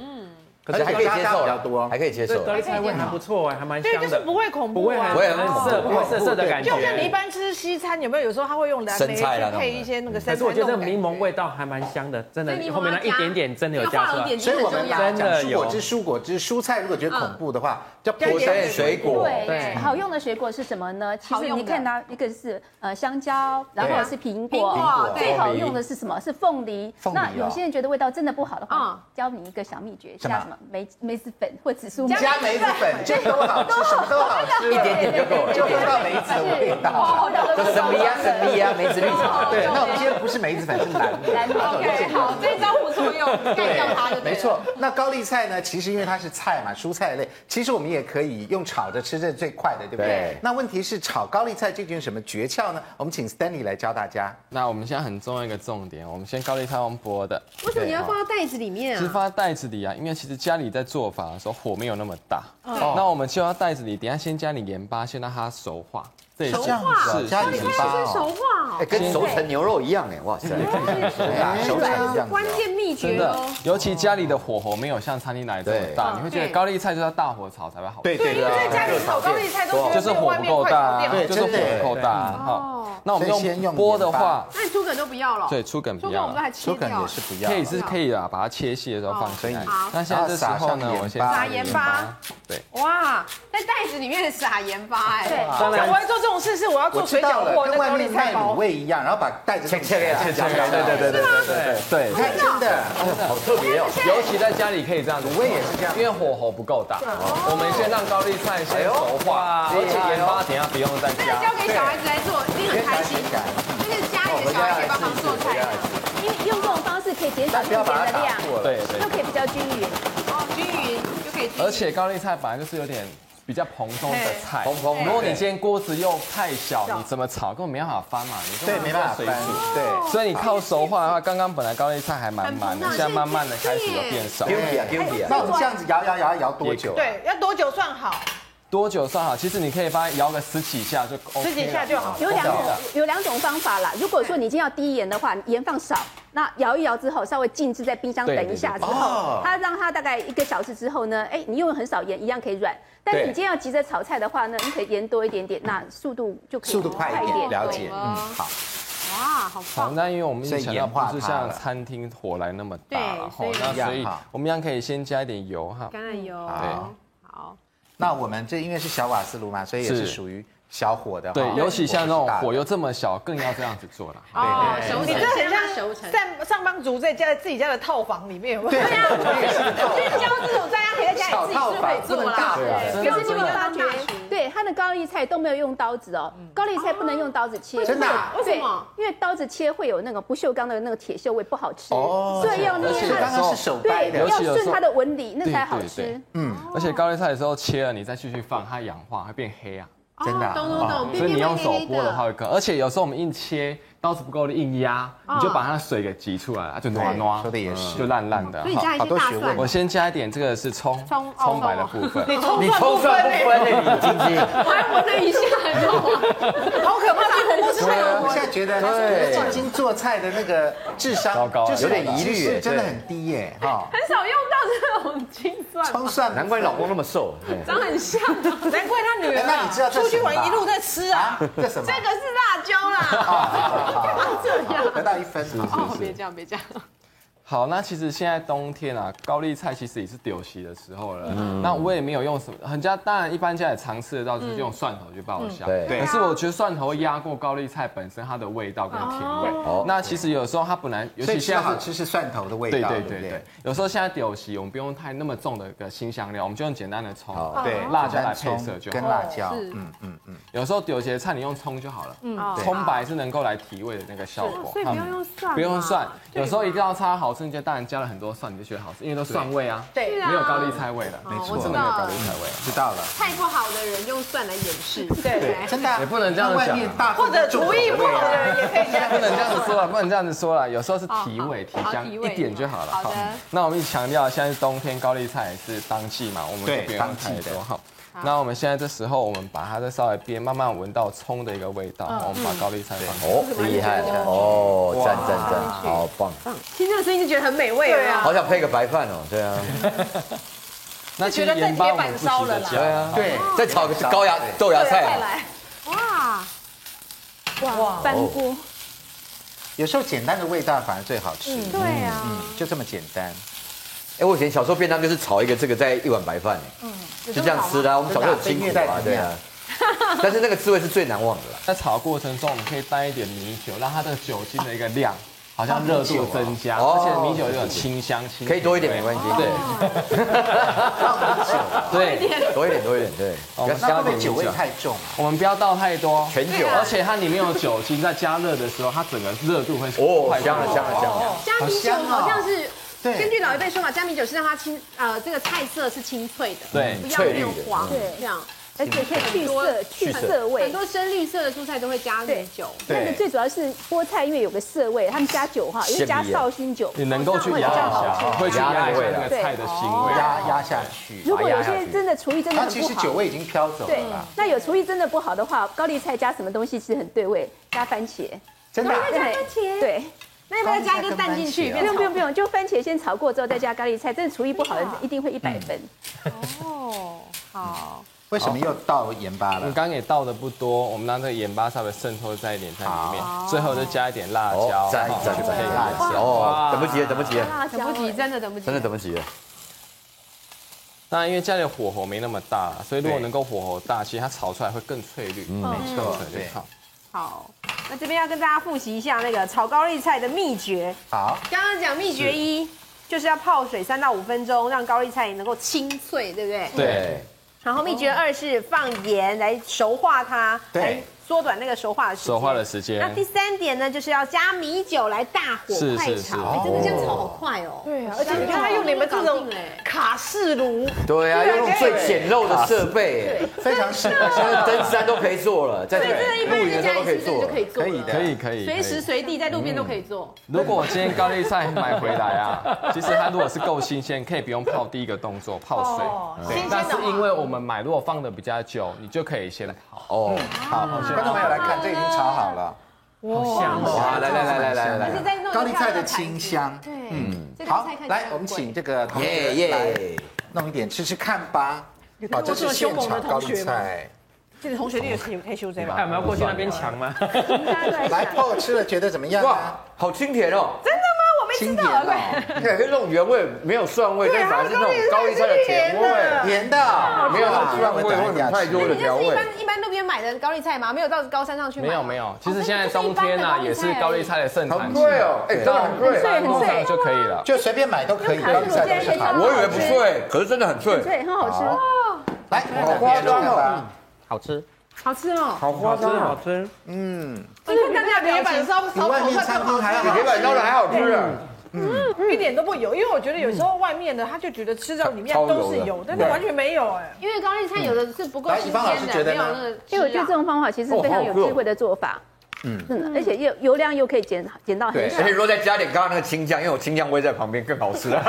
S1: 可
S5: 可是还可以接受
S1: 比较多
S5: 还。可以接
S3: 对
S5: 受，
S3: 高丽菜味还不错哎，还蛮
S7: 对，
S3: 香
S7: 就是
S3: 的
S7: 不，会恐
S3: 不
S7: 怖
S3: 会
S7: 啊，
S3: 很
S5: 不会很恐怖
S3: 涩，不会涩涩的感觉。
S7: 就像你一般吃西餐，有没有有时候他会用蓝莓
S5: 生
S7: 去
S5: 菜啦
S7: 配一些那个
S3: 嗯
S7: 生
S3: 可
S7: 菜
S3: 是我
S7: 那
S3: 觉
S7: 种
S3: 得
S7: 感
S3: 柠檬味道还蛮香的，真的
S2: 所以柠，檬
S3: 后面
S2: 要
S3: 那一
S2: 加
S3: 点点真的有加
S2: 化
S3: 出
S2: 了
S3: 来
S2: 点。
S1: 所以我们讲
S3: 真的
S1: 蔬
S3: 有
S1: 果汁、蔬果汁、蔬菜，如果觉得恐怖的话，叫
S7: 加一
S1: 泼
S7: 点
S1: 水
S5: 对水果，
S4: 对
S3: 对，
S4: 好用的水果是什么呢？其
S2: 好
S4: 实
S2: 用的
S4: 你看到一个是呃香蕉，然后是苹
S2: 苹
S4: 果
S2: 果，对
S4: 最好用的是什么？是凤梨
S1: 凤。梨哦
S4: 那有些人觉得味道真的不好的
S2: 嗯
S4: 话，教你一个小秘诀，
S1: 什么
S4: 加什么梅梅子粉或紫苏梅。
S1: 加梅子粉，就都好吃，什么都好吃，
S5: 一点点就够了
S1: 就喝到梅子的味道
S4: 哇
S1: 了。
S4: 味道都
S5: 就是神
S4: 高
S5: 秘啊
S4: 端的
S5: 神秘啊，梅子绿茶，
S1: 对，那我们今天不是梅子粉，是蓝莓。
S4: 蓝莓
S2: OK，好，这招不错用，干掉它就对了
S1: 没错，，那高丽菜呢？其实因为它是菜嘛，蔬菜类，其实我们也可以用炒着吃，这是最快的，对不对？
S5: 对
S1: 那问题是炒高丽菜究竟有什么诀窍呢？我们请 Stanley 来教大家。
S8: 那我们现在很重要一个重点，我们先高丽菜用剥的，
S2: 为什么你要放到袋子里面
S8: 其实
S2: 啊？
S8: 放在袋子里啊，因为其实家里在做法的时候火没有那么大，那我们就要袋子里，等一下先加点盐巴，先让它熟化。这也是
S2: 熟化
S8: 是
S1: 加
S8: 是
S1: 盐
S8: 是
S1: 巴
S2: 是
S1: 哦，
S2: 熟化
S5: 哎，
S2: 哦，
S5: 跟熟成牛肉一样哎，哇塞，
S1: 熟打熟成这样子
S2: 关键秘
S8: 真
S2: 诀
S8: 的
S2: 哦。，
S8: 尤其家里的火候没有像餐厅来的这么大，
S2: 对
S8: 你会觉得
S2: 对
S8: 高丽菜就要大火炒才会好吃。
S1: 对对
S7: 觉。因为在
S1: 对。
S7: 家里炒高丽菜都觉
S8: 就
S7: 得
S8: 是
S7: 没有
S8: 火
S7: 外
S8: 不
S7: 面
S8: 够
S7: 快炒
S8: 大
S7: 掉
S8: 啊，
S7: 了。
S1: 对
S8: 就是火
S1: 真的
S8: 不够大啊。
S2: 哦
S8: 好，那我们
S1: 所以先用
S8: 用剥的
S1: 盐巴
S8: 话，
S2: 那你猪梗都不要了，
S8: 对，出梗
S2: 猪
S8: 不
S2: 梗我
S8: 要
S2: 们都
S8: 了，
S2: 还
S1: 手
S2: 切
S1: 感
S2: 掉
S1: 也
S2: 了
S1: 是。不要
S8: 可
S1: 了
S8: 以是可以啦，把它切细的时候放进来
S1: 哦。
S2: 好
S8: 那现在这时候呢
S1: 然后撒上盐，巴
S8: 我先
S2: 撒盐巴，
S8: 对，
S2: 哇，在袋子里面撒盐巴哎，对，
S3: 当
S7: 像
S3: 然
S7: 我会做这种事，是我要
S1: 我
S7: 做
S1: 知
S7: 水
S1: 道
S7: 饺
S1: 了，
S7: 或者
S1: 跟外
S7: 高丽
S1: 面
S7: 菜
S1: 卖卤
S7: 包。
S1: 味一样，然后把袋子
S5: 切切给切切
S1: 对对对对对对对，
S8: 对，
S1: 你看哎真的，
S5: 好特别哦。
S8: 尤其在家里可以这样子，我也是这样，因为火候不够大，我们先让高丽菜先熟化，而且盐巴等一下不用再
S2: 这个
S8: 加
S2: 交。给小孩子来做，一定很开心。就是家里的小孩可以帮忙做菜，
S4: 因为用这种方式可以减少
S1: 但
S4: 用
S1: 不要把它
S4: 盐的
S1: 打
S4: 量，
S1: 破了。
S8: 对对
S4: 又。可以比较均匀。
S2: 哦，均匀就可以均匀。
S8: 而且高丽菜本来就是有点比较蓬松的菜。
S5: 蓬蓬的
S8: 如果你
S5: 对
S8: 今天锅子又太小，你怎么炒根本没办法翻嘛，你
S1: 对，没办法
S8: 水
S1: 分
S8: 煮。，
S1: 对，
S8: 所以你靠手画的话，刚刚本来高丽菜还蛮满的，
S2: 很蓬松
S8: 现在慢慢的开始有变少。
S5: ，guilty 啊 guilty
S1: 哎那
S5: 啊，
S1: 我们这样子摇摇摇摇多久？，啊
S7: 对，要多久算好？
S8: 多久算好？其实你可以把它摇个十几下就 OK 了。
S7: 十几下就
S4: 嗯
S7: 好
S9: 有两种
S8: OK 了
S9: 有两种方法啦。如果说你已经要低盐的话，盐放少，那摇一摇之后，稍微静置在冰箱
S8: 对
S9: 等一下之
S8: 对
S1: 啊
S9: 后，它让它大概一个小时之后呢，哎，你用很少盐一样可以软。但是
S8: 对
S9: 你今天要急着炒菜的话呢，你可以盐多一点点，那速度就可以
S1: 速度快一点，了解，
S9: 对
S1: 嗯，好，
S2: 哇，好
S8: 好，
S2: 棒！
S8: 那因为我们以前
S1: 所以
S8: 呢
S1: 盐化
S8: 不是
S1: 它
S8: 像
S1: 了
S8: 餐厅火来那么大
S2: 对
S8: 了吼
S2: 所以
S8: 那所
S1: 一
S8: 以
S1: 样哈
S8: 我们一样可以先加一点油哈。
S2: 橄榄油，好，
S1: 那我们这因为是小瓦斯炉嘛，所以也是
S8: 是
S1: 属于小火的哈，
S8: 对，尤其像那
S1: 火是
S8: 种
S1: 大的
S8: 火又这么小，更要这样子做了。
S2: 哦，
S1: 对
S2: 熟
S7: 你
S2: 成，
S7: 这很
S2: 先让它熟
S7: 像
S2: 成。
S7: 上上班族在家自己家的套房里面，有没有
S1: 对，我也是
S7: 就是教这种大家可以在家里自己
S1: 套
S7: 做
S1: 房
S2: 做啦
S1: 对啊
S9: 可
S8: 真
S2: 的
S9: 是你有没有发觉
S2: 真的真的，
S9: 对它的高丽菜都没有用刀子哦，高丽菜不能用刀子切，
S1: 真的啊
S9: 对
S2: 为什么？
S9: 因为刀子切会有那个不锈钢的那个铁锈味，不好吃。
S1: 哦
S9: 所以要
S8: 而
S9: 捏
S8: 且
S1: 是刚
S9: 它，
S1: 刚是手嗯掰
S9: 对，
S1: 的
S8: 尤，
S9: 要
S8: 其有时候
S9: 顺它的纹理，那才好
S8: 对对
S9: 吃
S8: 对。而且高丽菜的时候切了，你再继续放，它氧化会变黑啊。
S1: 真的啊
S2: 哦懂懂懂，
S8: 所以你用手剥的话
S2: 话，
S8: 会更，而且有时候我们硬切，刀子不够力硬压，你就把它的水给挤出来了，啊就暖暖，
S1: 说得也是
S8: 就烂烂的
S2: 所。以你加一
S1: 好
S2: 些
S1: 多
S2: 大
S1: 学
S2: 蒜
S1: 问
S8: 我，先加一点，这个是葱，
S2: 葱哦
S8: 葱白的
S2: 葱
S8: 部分。
S5: 你葱蒜不分的，你今天
S2: 我还闻了一下，你知道吗？
S7: 好可怕！这个不是
S1: 对啊我现在觉得
S5: 对
S1: 静晶做菜的那个智
S8: 糟
S1: 商
S8: 糕了
S1: 就是
S8: 有
S5: 点疑虑
S1: 知识
S5: 耶
S1: 真的
S5: 对
S1: 很低耶， 哈，
S2: 很少用到这种精算，
S1: 葱蒜
S5: 难怪你老公那么瘦。对
S2: 长很像啊。
S7: 难怪他女儿
S1: 哎
S7: 啊
S1: 那你知道这
S7: 出去
S1: 什么吧
S7: 玩一路在吃啊
S1: 啊，，这什么？
S2: 这个是辣椒啦，
S1: 啊，这样得到一分，好
S2: 哦，别这样，别这样，
S8: 好，那其实现在冬天啊，高丽菜其实也是丢席的时候了。
S1: 嗯
S8: 那我也没有用什么，很家当然一般家也常吃得到，就是用蒜头去爆香。
S5: 嗯对
S8: 可是我觉得蒜头会压过高丽菜本身它的味道跟甜味。
S5: 哦
S8: 那其实有时候它本来，尤
S1: 所以
S8: 其
S1: 吃
S8: 现在
S1: 好
S8: 是
S1: 吃是蒜头的味
S8: 对
S1: 道，
S8: 对
S1: 不
S8: 对对，有时候现在丢席，我们不用太那么重的一个新香料，我们就用简单的葱、
S5: 好
S1: 对，
S8: 辣椒来配色就
S1: 跟
S8: 好。
S1: 辣椒，
S2: 是
S1: 嗯嗯嗯，
S8: 有时候丢席的菜你用葱就好了，
S2: 哦
S8: 葱白是能够来提味的那个效果。
S2: 所以不用用蒜，
S8: 哦不用蒜，
S2: 啊对
S8: 有时候一定要擦好吃。你就当然加了很多蒜，你就觉得好吃，因为都蒜味啊，
S7: 对
S2: 啊哦
S8: 没有高丽菜味了，没
S1: 错
S8: 真的没有高丽菜味。
S1: 知道了。
S2: 菜不好的人用蒜来掩饰，
S7: 对，
S1: 真的啊
S8: 也不能这样
S1: 那外
S8: 讲啊
S1: 面大
S7: 或者厨艺不好的人也可以这
S8: 不
S7: 样。
S8: 能这样子说了，不能这样子说了，有时候是提味、
S2: 哦
S8: 提
S2: 好
S8: 香
S2: 提味
S8: 一点就好了。
S2: 好的
S8: 那我们一直强调，现在是冬天，高丽菜也是当季嘛，我们就
S1: 对
S8: 不用
S1: 当
S8: 用
S1: 季
S8: 太
S1: 的
S8: 多好。那我们现在这时候，我们把它再稍微煸，慢慢闻到葱的一个味
S2: 嗯
S8: 道，我们把高丽菜放进去。
S5: 哦，厉害哦，赞赞赞，好棒，
S2: 听这个声音就觉得很美味
S7: 对啊
S5: 好想配个白饭哦，对啊，
S8: 那其
S7: 觉
S8: 实
S7: 得在
S8: 盐巴
S7: 铁
S8: 我
S7: 板
S8: 们不
S7: 烧
S8: 急着
S7: 了啦
S8: 加，
S5: 啊
S8: 对，
S1: 对，
S5: 再炒个高芽豆芽菜啊，哦
S2: 哇，
S7: 哇，
S9: 翻锅，
S1: 有时候简单的味道反而最好吃，
S2: 对啊，
S1: 嗯，就这么简单。
S5: 哎，我以前小时候便当就是炒一个这个，再一碗白饭，嗯，就这样吃的啊。我们小时候很辛苦啊，对啊， 但是那个滋味是最难忘 的啦。
S8: 在炒过程中，我们可以带一点米酒，让它的酒精的一个量好像热度增加，
S5: 哦
S8: 而且米酒有种清香清，
S5: 可以多一点没关系，啊
S8: 对对，
S5: 对，多一点多一点，对，
S8: 我们
S1: 哦那
S8: 加
S1: 会
S8: 一
S1: 不会
S8: 点米
S1: 酒味啊
S8: 酒，
S1: 太重啊？
S8: 我们不要倒太多，
S5: 全酒啊
S8: 而且它里面有酒精，在加热的时候，它整个热度会
S5: 哦
S8: 快，速
S5: 香了香了香哦了，
S2: 加米酒好像是。
S1: 对
S2: 根据老一辈说法，加米酒是让它清，呃，这个菜色是清脆的，
S8: 对
S2: 不要变黄，
S9: 翠绿的
S2: 这样。
S9: 而且可以去
S2: 多
S9: 色
S8: 嗯
S9: 去色味
S2: 很。多深绿色的蔬菜都会加米酒，
S9: 那个最主要是菠菜，因为有个涩味，他们加酒哈，因为加
S5: 鲜米
S9: 绍兴酒，
S8: 你能够去压一下，会去压一下那个菜的腥味。哦
S1: 压压下去，
S9: 如果有些
S5: 把它压下
S9: 人
S5: 去
S9: 真的厨艺真的
S1: 它
S9: 很
S8: 哎
S1: 其
S9: 不
S1: 实
S9: 好，
S1: 酒味已经飘走
S9: 对
S1: 了啦，，
S9: 那有厨艺真的不好的话，高丽菜加什么东西其实很对味，加番茄，
S1: 真的啊。
S9: 对
S8: 嗯
S9: 对，
S2: 那要不要加一个蛋进去？
S1: 高丽菜跟番茄啊
S9: 不用不用不用，就番茄先炒过之后再加高丽菜，真的厨艺不好的人一定会一百分。
S8: 嗯
S2: 哦，好，
S1: 为什么又倒盐巴
S8: 我们
S1: 了？
S8: 刚刚也倒的不多，我们让这个盐巴稍微渗透在一点在里面，最后再加一点辣椒，
S5: 赞赞
S8: 去
S5: 赞
S8: 配
S1: 辣
S8: 辣
S1: 椒
S8: 椒。
S5: 哦，等不及了，等不及了，
S9: 辣椒啊
S2: 等不及，真的等不及，
S5: 真的等不及了，
S8: 当然，因为家里的火候没那么大，所以如果能够火候大，其实它炒出来会更翠绿，嗯，没
S1: 错
S8: 更
S1: 对
S8: 脆好。
S2: 好。
S7: 那这边要跟大家复习一下那个炒高丽菜的秘诀。
S1: 好，
S7: 刚刚讲秘诀一，就是要泡水三到五分钟，让高丽菜能够清脆，对不对？
S8: 对，
S5: 对，
S7: 然后秘诀二是放盐来熟化它，
S1: 对
S7: 来
S2: 缩短那个熟化的时间。
S8: 手画的时间
S2: 那。第三点呢，就是要加米酒来大火
S8: 是
S2: 快
S8: 是是
S2: 炒，哎真的这样炒好快哦。
S7: 对啊，而且你看他用你们这种卡式炉，
S5: 对啊，要用最简陋
S1: 啊
S5: 的设备，
S1: 非常适合。
S5: 现在登山都可以做了，在这
S2: 真的，一般
S5: 露
S2: 人
S5: 营
S2: 在
S5: 的时
S2: 家里是不是
S5: 候都可以做
S2: 就可
S5: 了。
S2: 以做？
S8: 可以。可以可以，
S2: 随时随地在路边都可以做，
S8: 如果我今天高丽菜买回来啊，其实它如果是够新鲜，可以不用泡第一个动作泡水。
S7: 哦
S8: 对
S7: 新鲜的
S8: 但
S7: 话
S8: 是因为我们买如果放的比较久，你就可以先泡。
S5: 哦，
S1: 好，观众朋友来看，这已经炒好了，
S8: 好香
S5: 哇，来来来来来来
S2: 而且
S5: 来，
S2: 在弄得
S1: 高丽菜
S2: 漂亮
S1: 的
S2: 盘
S1: 清
S2: 子。
S1: 香。
S2: 对，嗯，这道
S1: 好
S2: 菜看，起
S1: 来
S2: 很
S1: 我们
S2: 贵
S1: 请这个同学
S5: 耶
S1: 来
S5: 耶，
S1: 弄一点吃吃看吧。哦，这
S7: 这
S1: 是
S7: 么凶
S1: 现
S7: 猛的
S1: 炒高
S7: 同
S1: 丽
S7: 学吗
S1: 菜。
S7: 这个同学你有可以修这
S8: 哎，我
S7: 吧？
S8: 们要过去那边抢吗？
S4: 大家
S2: 啊
S4: 都在
S1: 来
S4: 想，
S1: ，Paul 吃了觉得怎么样
S5: 哇
S1: 啊？，
S5: 好清甜哦，
S1: 清甜哦，
S5: 对，跟那种原味没有蒜味，但反而是那种高丽菜的甜味，
S1: 甜的哦，
S5: 没有那种
S1: 让
S5: 蒜
S1: 我
S5: 味
S1: 等
S5: 或
S1: 一
S5: 者
S1: 下
S5: 太
S1: 吃
S5: 多的
S2: 你就
S5: 调
S2: 是一
S5: 味。
S2: 般一般路边买的高丽菜吗？没有到高山上去买？哦
S8: 没有没有，其实现在冬天啊，也是高丽菜的盛
S5: 很
S8: 产期，
S5: 贵哦，哎，真的很贵。
S4: 对，很
S8: 弄
S4: 脆
S8: 上，就可以了。
S1: 就随便买都可以，高丽菜都是好的。
S5: 我以为不脆，可是真的很脆。
S4: 对，很好吃。
S8: 哦
S1: 来，好夸张哦！
S6: 好吃。
S2: 好吃哦。
S5: 好夸张啊！
S8: 吃，
S7: 你看大家铁板烧
S1: 比
S7: 烧
S1: 外
S7: 烤
S1: 面
S7: 串
S1: 餐
S7: 更
S1: 厅
S7: 好
S1: 还要
S5: 比
S1: 好
S5: 铁板烧的还好吃啊！
S6: 嗯
S7: 吃，嗯一点都不油。因为我觉得有时候外面的他就觉得吃到里面
S5: 超
S7: 都是
S5: 油的
S7: 油，但是完全没有哎。
S2: 因为高丽菜
S8: 嗯
S2: 有的是不够
S1: 来
S2: 新
S1: 以芳老师
S2: 鲜
S1: 觉
S2: 的，
S1: 得
S2: 没有
S1: 呢
S2: 那个
S9: 哎
S4: 因为我觉得这
S2: 种
S4: 种方法其
S8: 哦
S4: 实非常有智慧的做法，嗯，真的，而且又油量又可以减减到很
S5: 对，
S4: 少
S5: 而。且如果再加点刚刚那个青酱，因为我青酱味在旁边更好 吃了。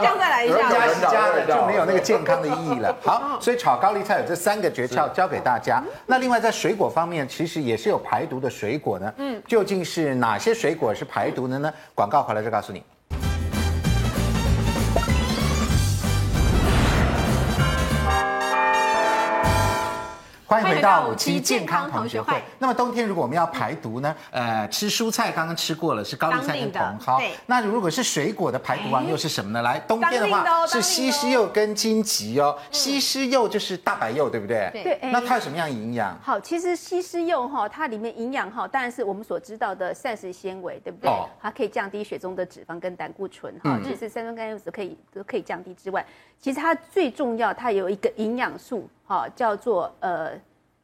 S7: 这样再来一
S6: 啊
S1: 人
S7: 下
S1: 家。是加的就没有那个健康的意义 了。好，所以炒高丽菜有这三个诀窍教给大家。那另外在水果方面，其实也是有排毒的水果呢。嗯，究竟是哪些水果是排毒的呢？广告回来再告诉你。欢迎回到五期健康同学会。那么冬天如果我们要排毒呢，呃，吃蔬菜刚刚吃过了，是高丽菜跟茼
S2: 当
S1: 蒿
S2: 令的对。
S1: 那如果是水果的排毒王又是什么呢？来，冬天的
S2: 当令的哦
S1: 话
S2: 当令的哦
S1: 是西施柚跟金桔哦。西施柚就是大白柚，对不对？
S2: 对
S4: 嗯对，哎
S1: 那它有什么样的营养？
S4: 好，其实西施柚哈，它里面营养哈，当然是我们所知道的膳食纤维，对不对？
S1: 哦嗯
S4: 它可以降低血中的脂肪跟胆固醇哈，其实三酸甘油酯可以都可以降低之外，其实它最重要，它有一个营养素哈，叫做呃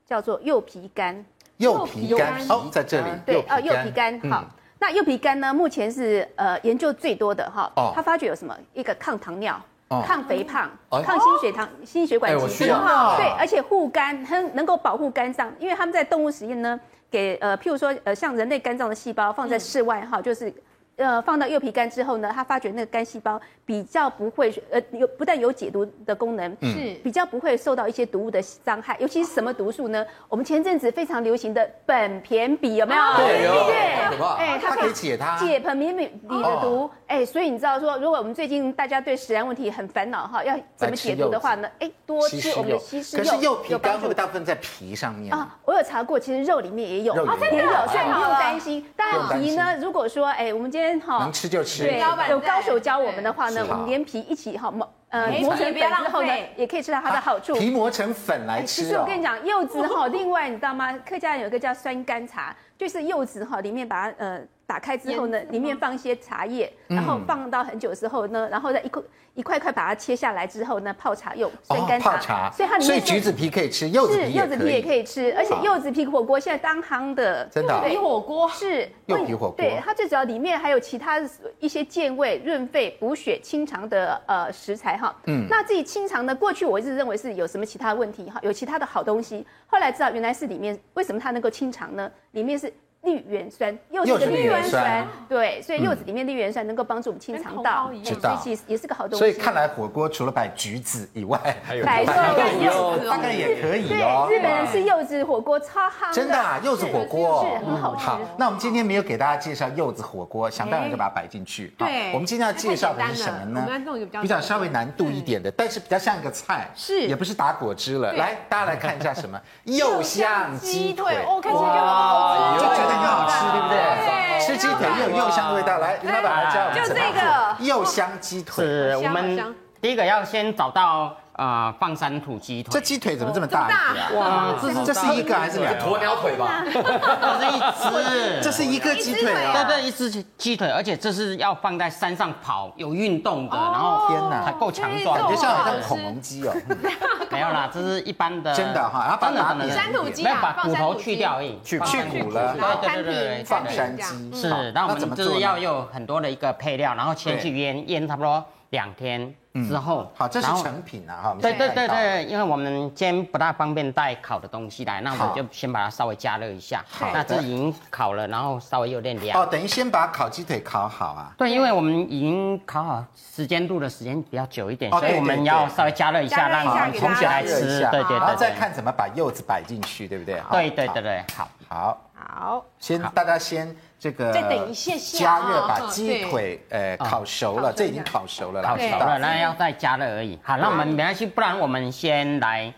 S4: 叫做柚皮苷。
S1: 柚皮干哦，在这里。
S4: 对，呃，柚皮苷
S1: 嗯
S4: 好。那柚皮苷呢？目前是呃研究最多的哈
S1: 哦，
S4: 它发觉有什么？一个抗糖尿、
S1: 哦
S4: 抗肥胖、
S5: 哎
S4: 抗心血糖、心血管
S5: 哎我
S4: 疾
S5: 需
S4: 病
S5: 要
S1: 哦，
S4: 对，而且护肝，它能够保护肝脏，因为他们在动物实验呢，给呃譬如说呃像人类肝脏的细胞放在室外哈，就是。呃，放到柚皮苷之后呢，它发觉那个肝细胞比较不会，呃，有不但有解毒的功能，
S1: 嗯
S2: 是
S4: 比较不会受到一些毒物的伤害，尤其是什么毒素呢？我们前阵子非常流行的苯偏比有没有？
S5: 对哦
S4: 对
S5: 好可怕
S4: 哎，
S1: 它可以解它
S4: 解苯偏比里的
S1: 哦
S4: 毒，哎，所以你知道说，如果我们最近大家对食安问题很烦恼哈，要怎么解毒的话呢？哎，多
S1: 西施
S4: 吃我们的西施
S1: 可是
S4: 柚，
S1: 柚皮
S4: 有
S1: 干
S4: 帮
S1: 会不会
S4: 助
S1: 大部分在皮上面啊？
S4: 啊，我有查过，其实肉里面也有，
S1: 肉里面
S4: 也有，
S1: 哦
S4: 所以你不用担心。当
S1: 不用
S4: 然
S1: 担
S4: 皮
S1: 心
S4: 呢，如果说哎，我们今天哈
S1: 能吃就吃
S4: 对
S2: 高板，
S4: 有
S2: 凳
S4: 高手教我们的话呢
S1: 是，
S4: 我们连皮一起哈磨呃
S2: 没
S4: 磨
S2: 错
S4: 成
S2: 也不
S4: 粉
S2: 要浪
S4: 之后呢
S2: 费，
S4: 也可以吃到它的好处。哎
S1: 皮磨成粉来
S4: 其
S1: 吃
S4: 实
S1: 哦。
S4: 我跟你讲，柚子哈，另外你知道吗？客家人有一个叫酸甘茶，就是柚子哈，里面把它呃打开之后呢，里面放一些茶叶，
S1: 嗯
S4: 然后放到很久之后呢，然后再一块一块块把它切下来之后呢，泡茶用酸
S1: 哦
S4: 甘茶。
S1: 泡茶，
S4: 所以它里
S1: 所以
S4: 面
S1: 橘子皮可以吃，柚子
S4: 是
S1: 皮
S4: 柚子皮也可
S1: 以。
S4: 以吃，而且柚子皮火锅现在当夯的，
S1: 真的啊
S4: 柚子皮火锅是
S1: 柚皮火锅
S4: 对它最主要里面还有其他一些健胃、润肺、补血、清肠的呃食材哈。嗯，那自己清肠呢，过去我一直认为是有什么其他问题哈，有其他的好东西，后来知道原来是里面为什么它能够清肠呢？里面是。绿原酸，柚子
S1: 又是
S4: 的
S1: 绿
S4: 绿
S1: 原
S4: 原
S1: 酸嗯
S4: 酸，对，所以柚子里面绿原酸能够帮助我们清肠道，
S1: 知道
S4: 所以其实也是个好东西。
S1: 所以看来火锅除了摆橘子以外，还有
S4: 百
S1: 柚
S4: 寿
S1: 柚大概也可以
S4: 对
S1: 哦，。
S4: 日本人吃柚子火锅超夯
S1: 真的、啊、柚子火锅嗯
S4: 是很好吃。
S1: 那我们今天没有给大家介绍柚子火锅，想当然就把它摆进去。好
S2: 对
S1: 我们今天要介绍的是什
S2: 太
S1: 么呢
S2: 简单了我们要弄一个比较？
S1: 比较稍微难度一点的，但是比较像一个菜，
S2: 是
S1: 也不是打果汁了。
S2: 对
S1: 来，大家来看一下什么柚香鸡腿，
S7: 哦，看起来就很好
S2: 哦哎
S1: 就
S7: 吃。
S1: 觉得很好吃，
S5: 哎
S1: 对不对？吃鸡腿又有柚香的味道，来，林老板来教我们
S2: 就
S1: 怎么
S2: 这
S1: 做
S2: 个
S1: 柚香鸡腿。
S6: 是我
S2: 香好
S6: 们
S2: 香
S6: 第一个要先找到呃放山土鸡腿。
S1: 这鸡腿怎么这么大？啊
S6: 哇，这是
S1: 这是一个还是两个？
S5: 鸵鸟腿吧，
S6: 哦这是一只，
S1: 这是一个鸡腿
S6: 对
S1: 啊！
S6: 对，一只哦鸡腿，而且这是要放在山上跑，有运动
S2: 哦
S6: 的，然后
S1: 天哪
S6: 还够强
S1: 感
S6: 壮
S1: 觉。像好像恐龙鸡哦，嗯
S6: 没 有啦，这是一般的，
S1: 真的哈然后把
S6: 呃真的
S1: 它
S6: 真的
S2: 山土鸡
S6: 没
S2: 啊
S6: 有把
S2: 放
S6: 骨
S2: 山
S6: 头
S2: 土
S6: 去
S2: 鸡
S6: 掉而已，
S1: 去
S6: 放
S1: 去
S6: 山
S1: 骨
S6: 鸡
S1: 了
S2: 然后
S6: 对对
S2: 摊
S6: 对对对
S2: 平，
S6: 对，
S1: 放山鸡
S6: 是
S1: 好，
S6: 那我
S1: 怎么
S6: 们就
S1: 做
S6: 是
S1: 呢
S6: 要有很多的一个配料，然后先去腌，腌差不多两天之后，
S1: 好，这是
S6: 然后
S1: 成品啊哈。我们
S6: 对
S1: 现在
S6: 对对
S1: 看到，
S6: 对，因为我们今天不大方便带烤的东西来，那我
S1: 好
S6: 们就先把它稍微加热一下。
S1: 好
S6: 那
S1: 的
S6: 这已经烤了，然后稍微有点
S1: 哦，
S6: 凉。
S1: 等于先把烤鸡腿烤好啊。
S6: 对，因为我们已经烤好，时间录的时间比较久一点，
S1: 哦
S6: 所以
S1: 对
S6: 我
S1: 对
S6: 们
S1: 对
S6: 要稍微加热一
S2: 加
S6: 下，
S2: 热一
S6: 让
S2: 下
S6: 我们
S2: 给
S6: 空
S2: 大
S6: 起
S2: 家
S6: 来
S1: 热一
S6: 吃。
S1: 下
S6: 对对
S1: 然后
S6: 对
S1: 再
S6: 对，
S1: 看怎么把柚子摆进去，对不对？好
S6: 对对对对，好。
S1: 好，
S2: 好，
S1: 先大家先这个
S7: 再等一下下
S1: 加热
S2: 啊
S1: 把
S2: 嗯
S1: 鸡
S2: 对
S1: 腿呃烤熟了，这已经烤熟了啦，
S6: 烤
S1: 知
S6: 熟
S1: 道
S6: 了，那要再加热而已。好，那我们没关系，不然我们先来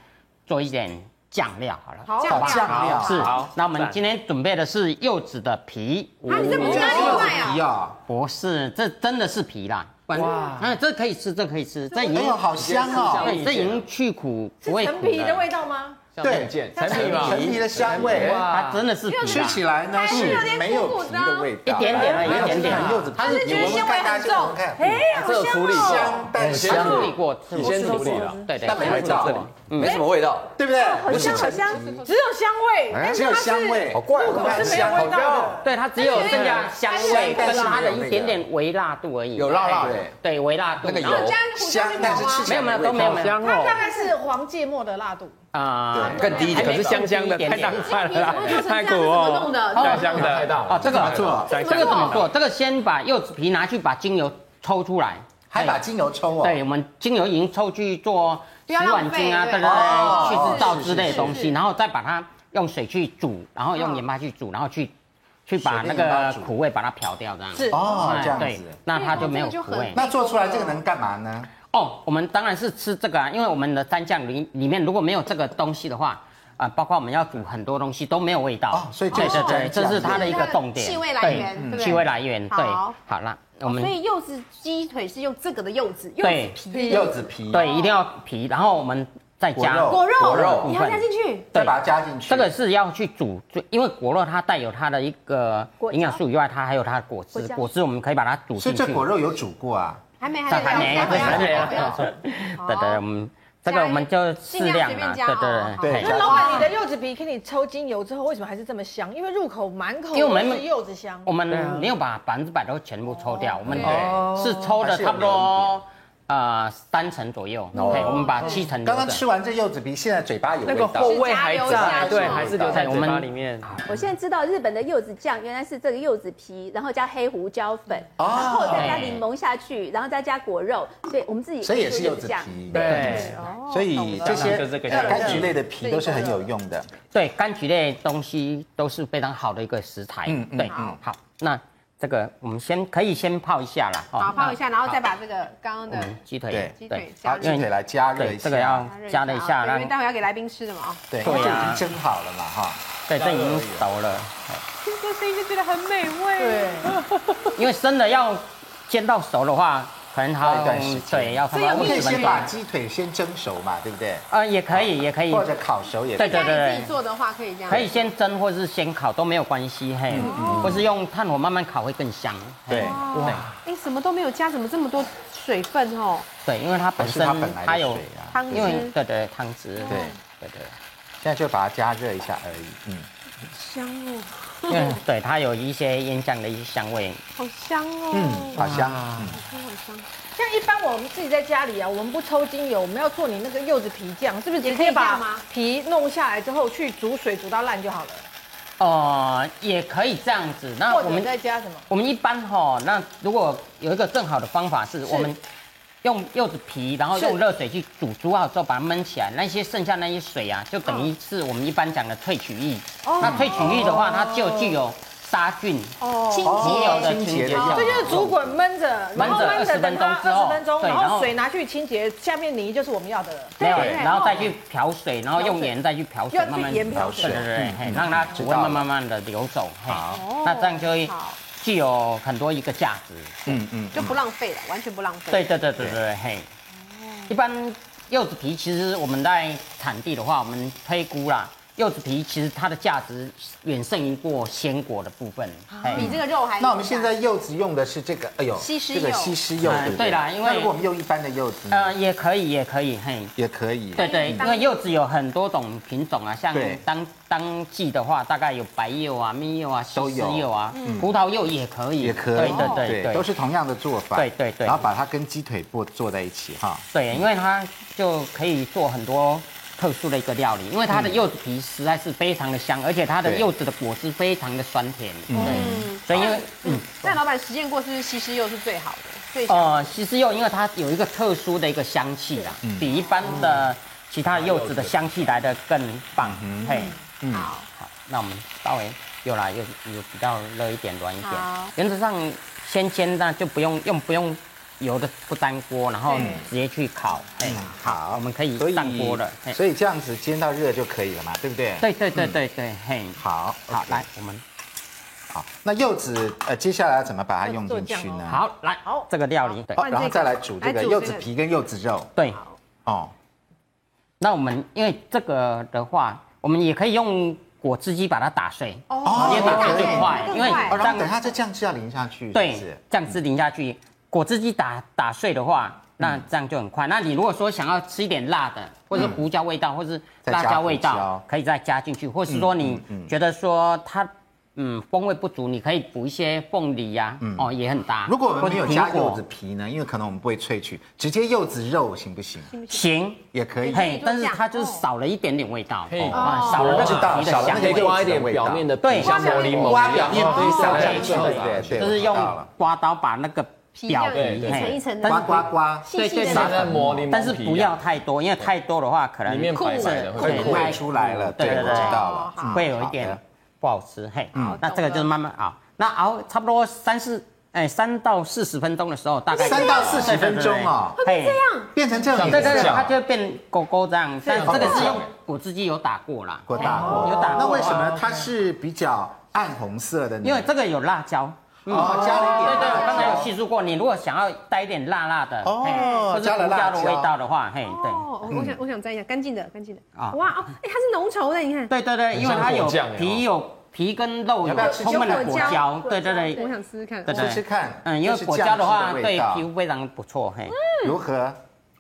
S6: 做一点酱料好了。
S7: 好
S1: 好酱料
S6: 是
S3: 好，
S6: 那我们
S3: 赞
S6: 今天准备的是柚子的皮。
S2: 啊，你这不是哪里怪啊？
S1: 皮哦，
S6: 不是，这真的是皮啦。哇，那这可以吃，这可以吃，这已
S1: 哎
S6: 经
S1: 呦，好香哦，
S6: 对，这已经去苦不会
S7: 陈
S6: 苦
S7: 皮的
S6: 了。
S7: 味道吗？
S1: 对，
S8: 陈皮吧，
S1: 陈皮的香味，
S6: 它啊真的是皮啦，
S1: 吃起来呢
S2: 是有
S1: 是
S2: 点
S1: 没有
S2: 苦苦
S1: 皮
S2: 的啊
S1: 的味道，哎
S6: 一点点而已
S1: 没有
S6: 一点点啊
S1: 没有柚子皮，
S2: 它是觉得
S1: 我们
S2: 香味
S1: 看大
S2: 很
S1: 家闻
S2: 重
S1: 闻，看，嗯
S7: 哎，好
S8: 这有处理过
S7: 香哦！
S1: 香但
S6: 它
S1: 香
S6: 处，理过，吃
S8: 你
S6: 过
S8: 先处理了。
S6: 对对
S1: 但没
S6: 对
S1: 味道，
S5: 嗯没什么味道，
S1: 对不对？
S4: 好像好像
S7: 只有香味，
S6: 嗯
S7: 但
S1: 只
S7: 是
S1: 有
S7: 它
S1: 香
S7: 是
S1: 味，
S5: 好怪哦，
S1: 我
S7: 我
S1: 看
S7: 是没有
S1: 香
S7: 味
S1: 好
S7: 道的。
S6: 对，它只有剩下香味
S1: 但
S6: 跟
S1: 是
S6: 它的
S1: 有那
S6: 一
S1: 个
S6: 点点微辣度而已，
S5: 有辣辣的
S6: 对对微辣度，
S5: 那个
S6: 然后
S5: 油
S2: 加胡椒
S1: 香
S2: 去，
S1: 但
S2: 烤
S1: 是
S2: 吗
S1: 吃？起
S6: 没
S1: 来
S6: 有没有
S1: 味道
S6: 都没有没有
S8: 香
S7: 它
S8: 哦，
S7: 大概是黄芥末的辣度，
S6: 啊，
S5: 更低一
S6: 还没
S5: 点
S8: 可是香香的，
S6: 一点
S8: 太
S6: 点
S8: 大块了 啦
S2: 你怎么，
S8: 太苦
S2: 这哦是怎么弄的，
S8: 哦香香的
S5: 太大了
S1: 哦
S6: 啊，这个
S1: 怎么做
S8: 香
S6: 这
S8: 香
S6: 个怎么
S8: 的。
S6: 哦做？这个先把柚子皮拿去把精油抽出来，哎
S1: 还把精油抽哦，
S6: 对，我们精油已经抽去做洗
S2: 要浪
S6: 碗
S2: 费
S6: 精啊，
S2: 对
S6: 对对
S1: 哦
S6: 对，去
S1: 哦
S6: 制造
S1: 是
S6: 之类
S1: 是
S6: 的东西，然后再把它用水去煮，然后用盐巴去煮，然后去去把
S1: 水
S6: 那
S1: 跟盐巴
S6: 个
S1: 煮
S6: 苦味把它漂掉，这样
S2: 是
S1: 哦
S6: 哎，
S1: 这样
S6: 对
S1: 子。，
S6: 那它就没有
S2: 这个就
S6: 苦
S2: 很
S6: 味。
S1: 那做出来这个能干嘛呢？
S6: 哦，我们当然是吃这个啊，因为我们的蘸酱里里面如果没有这个东西的话，啊，包括我们要煮很多东西都没有味道。
S1: 哦所以这
S6: 对
S1: 个是
S6: 对
S1: 蘸
S6: 对，这
S1: 酱
S6: 是它的一个重点。
S2: 气味来
S6: 对嗯
S2: 源对不对
S6: 气味来源，对
S2: 好，
S6: 好了，我
S2: 所
S6: 们
S2: 以柚子鸡腿是用这个的柚子，柚
S6: 对
S2: 子皮，哦
S1: 柚子皮，
S6: 对一定要皮，然后我们再加
S1: 果肉
S2: 果肉，
S1: 果肉
S2: 你还要加进去。
S1: 再把它加进去。
S6: 这个是要去煮，就因为果肉它带有它的一个
S4: 果
S6: 营养素以外，它还有它的果汁
S2: 啊
S4: 果。酱
S6: 果汁我们可以把它煮
S1: 所
S6: 进
S1: 以
S6: 去。
S1: 这果肉有煮过啊，
S2: 还没，
S6: 这还没，
S2: 还
S6: 这
S2: 没，哦还
S6: 还没
S2: 没，还没。
S6: 对对，我们这个我们就适量啦，
S2: 尽量随便
S6: 对
S2: 加哦
S6: 对
S1: 对
S6: 对
S1: 加
S7: 那老板，你的柚子皮给你抽精油之后，为什么还是这么香？因为入口满
S6: 因
S7: 口
S6: 为我
S7: 都
S6: 们
S7: 是柚子香
S6: 我。们没有把百分之百都全部抽掉，我们
S1: 啊哦对
S6: 是抽
S1: 还
S6: 的
S1: 是有
S6: 差不
S1: 留
S6: 多呃三成左右，对，我们把七成留
S1: 哦刚刚
S6: 着。
S1: 吃完这柚子皮，现在嘴巴有味
S8: 那个
S1: 道
S8: 后。味还
S2: 指甲留下
S8: 在，
S2: 去
S8: 对，还是留在嘴巴里面。
S4: 我现在知道日本的柚子酱原来是这个柚子皮，然后加黑胡椒粉，
S1: 哦
S4: 然后再加柠檬下去，然后再加果肉，所以我们自己
S1: 所以也是柚子
S4: 酱。
S1: 皮，，
S8: 对，
S1: 所以这些
S8: 就这个
S1: 柑橘类的皮都是很有用的。
S6: 对，柑橘类东西都是非常好的一个食材。
S1: 嗯嗯
S6: 对，
S1: 好
S6: 好，那这个我们先可以先泡一下啦。哦
S2: 好，泡一下，然后再
S6: 好
S2: 把这个刚刚
S6: 我
S2: 的
S6: 们鸡腿
S1: 对
S2: 鸡腿
S6: 对
S2: 加
S1: 好，
S2: 热
S1: 鸡腿来加热
S6: 对
S1: 一下，
S6: 这个要加了一下，
S2: 对因为
S6: 让
S2: 待会要给来宾吃的嘛啊。
S1: 对，
S6: 对啊
S1: 因为这已经蒸好了嘛哈。
S6: 对这已经熟了，
S2: 听这声音就觉得很美味。
S7: 对，
S6: 因为生的要煎到熟的话，可能它
S1: 要一段时间
S6: 对要差不
S1: 我
S6: 多
S1: 们可以
S6: 20
S1: 先
S6: 分
S1: 把
S6: 钟。
S1: 鸡腿先蒸熟嘛，对不对？
S6: 呃，也可以，也可以，
S1: 或者烤熟也可以
S6: 对对
S2: 家里自己做的话可以这样。
S6: 可以先蒸或是先烤都没有关系，嘿，
S1: 嗯
S6: 或是用炭火慢慢烤会更香。嘿
S1: 对，
S6: 对
S2: 哎，什么都没有加，怎么这么多水分哦？
S6: 对，因为它本身
S1: 哦还是它本来的
S6: 它有
S1: 水啊
S2: 汤汁
S6: 因为对对汤汁，
S1: 对，
S6: 对对，
S1: 现在就把它加热一下而已。嗯，
S2: 香哦，
S6: 因为对它有一些腌酱的一些香味，
S2: 好香哦。
S1: 嗯，好香。嗯
S7: 像一般我们自己在家里啊，我们不抽精油，我们要做你那个柚子皮酱，是不是直
S2: 也可以
S7: 接
S2: 这样
S7: 把
S2: 吗
S7: 皮弄下来之后去煮水煮到烂就好了？
S6: 哦，也可以这样子。那
S7: 或
S6: 我
S7: 者你
S6: 们
S7: 再加什么？
S6: 我们一般哈，那如果有一个更好的方法是，我们用柚子皮，然后
S7: 是
S6: 用热水去煮，煮好之后把它焖起来，那些剩下那些水啊，就等于是我们一般讲的萃取液。那萃取液的话，它就具有杀菌、
S2: 清
S6: 精油
S2: 洁。
S6: 的清洁
S1: 清洁的效
S6: 效
S1: 果
S6: 果
S7: 这。就是煮滚焖着，然后焖
S6: 焖着
S7: 着等它
S6: 20分钟之后
S7: 二十分钟，
S6: 对
S7: 然
S6: 然
S7: 后
S6: 后
S7: 水拿去清洁，下面泥就是我们要的了。
S6: 没有，
S2: 对
S6: 然后再去调水，然后用盐再去调水
S7: 要，去
S6: 慢慢
S7: 盐调
S1: 水
S6: 对对
S1: 嗯
S6: 对，嘿让它
S1: 知
S6: 水
S1: 道
S6: 会
S1: 了
S6: 慢慢慢的流走。好，那这样就会
S2: 好
S6: 具有很多一个价值。
S1: 嗯嗯，
S2: 就不浪费了，完全不浪费。
S6: 对，对对对对，嘿，一般柚子皮其实我们在产地的话，我们推估啦，柚子皮其实它的价值远胜于过鲜果的部分。哎
S2: 啊比这个肉还
S1: 那我们现在柚子用的是这个，哎呦，
S2: 西施
S1: 这个
S2: 柚
S1: 西施柚，
S6: 哎
S1: 对不对
S6: 对啦因为
S1: 那如果我们用一般的柚子呢，
S6: 呃也可以，也可以，嘿。
S1: 也可以。
S6: 对对，
S2: 嗯
S6: 因为柚子有很多种品种啊，像
S1: 对
S6: 当当季的话，大概有白柚啊、蜜柚啊、西
S1: 都
S6: 施
S1: 有
S6: 柚啊，
S2: 嗯
S6: 葡萄柚也可以，
S1: 也可以，哦
S6: 对对对对，
S1: 都是同样的做法，
S6: 对对对
S1: 然后把它跟鸡腿做做在一起哈，
S6: 对，因为它就可以做很多特殊的一个料理，因为它的柚子皮实在是非常的香，而且它的
S1: 对
S6: 柚子的果汁非常的酸甜，对，所以因为嗯
S2: 但老板实验过，是不是西施柚是最好的？哦最香
S6: 呃，西施柚因为它有一个特殊的一个香气啦，比一般的其他柚子的香气来的更棒，嘿，嗯，好，那我们稍微又来又又比较热一点软一点
S2: 好，
S6: 原则上先煎那就不用用不用油的不粘锅，然后直接去烤，嘿，
S1: 好，
S6: 我们可以
S1: 所
S6: 上锅了嘿
S1: 所以这样子煎到热就可以了嘛，对不对？。
S6: 对对对对对，嘿，
S1: 好，
S6: 好
S1: OK
S6: 来我们
S1: 好，那柚子呃，接下来要怎么把它用进去
S7: 做
S1: 呢？，
S6: 好来
S7: 好
S6: 这个料理，对
S1: 好，然后再来煮这
S2: 来
S1: 个
S2: 煮
S1: 柚
S2: 这
S1: 子
S2: 个
S1: 皮跟柚子肉
S6: 对。
S1: 哦，
S6: 那我们因为这个的话，我们也可以用果汁机把它打碎，
S1: 哦
S6: 直接打碎
S1: 也可以
S6: 更快，
S2: 更
S6: 因为
S2: 快
S1: 哦
S6: 这
S1: 然
S6: 样
S1: 后等它这酱汁要淋上去，是不
S6: 对
S1: 是？
S6: 酱汁淋下去，果汁机打打碎的话，那这样就很快。那你如果说想要吃一点辣的，或者是胡椒味道，或是
S1: 嗯再加
S6: 辣椒味
S1: 胡
S6: 道
S1: 椒，嗯
S6: 可以再加进去，或是说你觉得说它。嗯，风味不足，你可以补一些凤梨呀、哦，也很搭。
S1: 嗯如果我们没有
S6: 或者
S1: 加
S6: 苹果
S1: 柚子皮呢，因为可能我们不会萃取，直接柚子肉行不行？
S6: 行，
S1: 也可以。
S6: 嘿，但是它就是少了一点点味道，
S8: 以
S6: 哦少了那个皮的香
S8: 可以
S6: 味。
S8: 刮一点表面的
S6: 对
S8: 皮，像
S2: 刮
S8: 抹
S2: 一点
S8: 柠檬
S1: 挖
S8: 一
S1: 表
S8: 样
S1: 面
S8: 哦
S1: 不上
S8: 对
S1: 上去，对对，
S6: 就
S1: 我
S6: 是
S1: 知
S6: 用
S1: 道了
S6: 刮刀把那个表皮
S2: 一层一层的
S1: 刮刮刮，
S6: 对对
S8: 现
S6: 对，
S8: 在抹柠檬皮啊，
S6: 但是不要太多，因为太多的话可能
S8: 里面白白的，
S6: 对
S1: 会
S8: 会
S1: 不会出来了？
S6: 对
S1: 对，
S6: 对
S1: 我
S6: 对
S1: 知道了嗯。
S6: 会有一
S1: 好
S6: 点
S1: 的嗯
S6: 不好吃。嘿，那这个就是慢慢熬，那熬差不多三四哎三到四十分钟的时候，大概
S1: 三到40分钟哦
S6: 对，对对对嘿，
S1: 变成这样
S6: 对对
S1: 子
S6: 对，
S1: 酱
S6: 它就会变勾勾这样。但
S1: 好
S6: 这个是
S1: 酱
S6: 用果汁机有打过啦，
S1: 过大火
S6: 有打过。
S1: 那为什么它是比较暗红色的呢？
S6: 因为这个有辣椒。嗯
S1: 哦，加了一
S6: 对
S1: 点
S6: 对，
S1: 辣
S6: 我刚才有
S1: 椒，
S6: 叙述过，你如果想要带一点辣辣的，
S1: 哦
S6: 嘿或
S1: 加
S6: 者
S1: 了
S6: 胡
S1: 辣椒
S6: 椒的味道的话，嘿，对。嗯
S2: 哦，我想我想沾一下，干净的干净的
S6: 啊
S2: 哇哦，哎，它是浓稠的，你看，
S6: 对对对，因为它有皮有皮跟肉有
S1: 要不要吃
S6: 充分的果
S2: 有果
S6: 胶
S2: 胶，
S6: 对对对
S2: 我，想试试看，
S6: 对
S1: 试试看。
S6: 嗯，因为
S1: 这是
S6: 果胶的话
S1: 酱汁味
S6: 对
S1: 道
S6: 皮肤非常不错，嘿，
S1: 如何？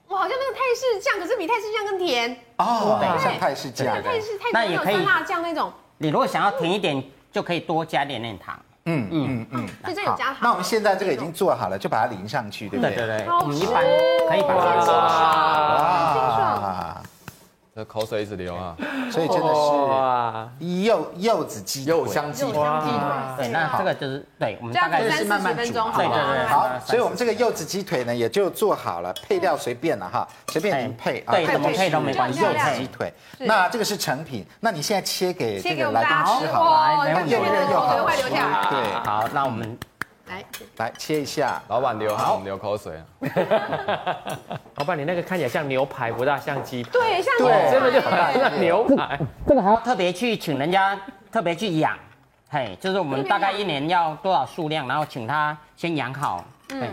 S2: 我好像那个泰式酱，可是比泰式酱更甜，
S1: 哦，
S6: 对
S1: 像泰式酱
S2: 像。泰式泰
S6: 那
S2: 国那
S6: 也
S2: 种
S6: 可以
S2: 酸辣酱那种，
S6: 你如果想要甜一点，就可以多加点点糖，
S1: 嗯嗯
S6: 嗯
S1: 嗯。
S2: 就这有
S1: 好
S2: 加糖，。
S1: 那我们现在这个已经做好了，就把它淋上去，对不
S6: 对
S1: 对？
S6: 对对，
S2: 好
S6: 我们一般可以把它
S1: 啊哇，
S8: 这口水一直流啊，
S1: 所以真的
S6: 哦
S1: 是
S3: 啊
S1: 柚柚子鸡腿
S5: 柚香鸡腿，
S6: 对，那这个就是对，我们
S2: 这样
S6: 大概
S2: 子
S1: 这
S2: 三
S1: 是慢慢
S2: 40分
S1: 煮
S2: 钟
S1: 好不好
S6: 对对对
S1: 好
S6: 慢慢，煮
S1: 所以我们这个柚子鸡腿呢也就做好了，配料随便了哈，随便您配啊，
S6: 哎对怎么配都没关
S2: 系
S1: 柚子鸡腿，那这个是成品，那你现在切给
S2: 切
S1: 这
S2: 给
S1: 个
S2: 我们
S1: 来
S2: 大家
S1: 宾
S2: 吃
S1: 吃好了，哎
S2: 哇，
S6: 来
S2: 你
S6: 没
S2: 看
S6: 问
S2: 这个
S1: 又
S6: 题
S1: 热
S2: 口水都
S1: 又好
S2: 快流下来了，
S1: 对，
S6: 好，那我们
S2: 来，
S1: 来切一下，
S8: 老板流汗，我们流口水啊。
S10: 老板，你那个看起来像牛排，不大像鸡排。
S2: 对，像
S1: 对
S2: 牛
S10: 真的就
S2: 排
S10: 很像牛排。
S6: 这个还要特别去请人家特别去养，嘿，就是我们大概一年要多少数量，然后请他先养好，嗯，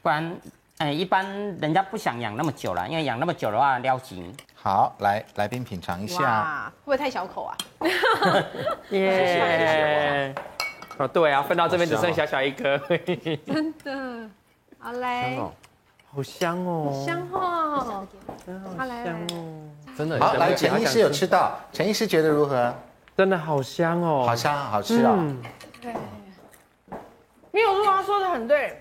S6: 不然，哎、一般人家不想养那么久了，因为养那么久的话撩急。
S1: 好，来来宾品尝一下，
S2: 哇，会不会太小口 啊？
S10: 耶！哦，对啊，分到这边只剩小小一颗，
S2: 真的，好嘞，
S10: 好香哦，
S2: 香哦，好来来，
S10: 香哦，
S8: 真的
S1: 好，来
S8: 陈
S1: 陈医师有吃到，陈医师觉得如何？
S10: 真的好香哦，嗯
S1: 好香啊，好吃啊，
S3: 嗯
S7: 没有，如果他说的很对，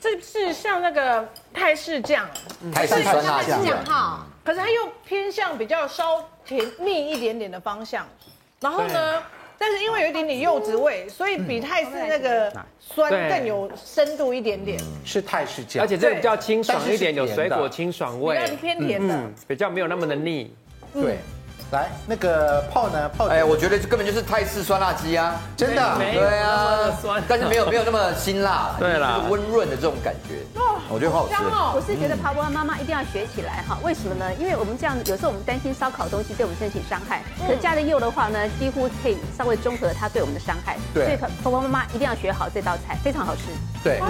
S7: 这是像那个泰式酱，
S5: 泰式酸辣酱
S2: 这，样哈，
S7: 可是它又偏向比较稍甜腻一点点的方向。然后呢，但是因为有一点点柚子味，所以比泰式那个
S10: 嗯
S7: 酸
S10: 对嗯
S7: 更有深度一点点，
S1: 是泰式酱，
S10: 而且这个比较清爽一点，
S1: 对
S10: 有水果清爽
S7: 比
S10: 味
S7: 较，偏甜的。
S10: 嗯，比较没有那么的腻。
S1: 对，来那个泡呢泡，
S5: 哎，
S1: 哎，
S5: 我觉得这根本就是泰式酸辣鸡啊，
S1: 真的
S10: 没有
S5: 对
S10: 那么
S5: 啊
S10: 酸，
S5: 但是没有没有那么辛辣，
S10: 对啦
S5: 就是温润的这种感觉，我觉得很好吃。
S4: 我是觉得爬文妈妈一定要学起来哈，为什么呢？因为我们这样，有时候我们担心烧烤的东西对我们身体伤害，
S1: 嗯
S4: 可是加了柚的话呢，几乎可以稍微中和它对我们的伤害。
S5: 对
S4: 所以婆婆妈妈一定要学好这道菜，非常好吃。
S5: 对，
S10: 好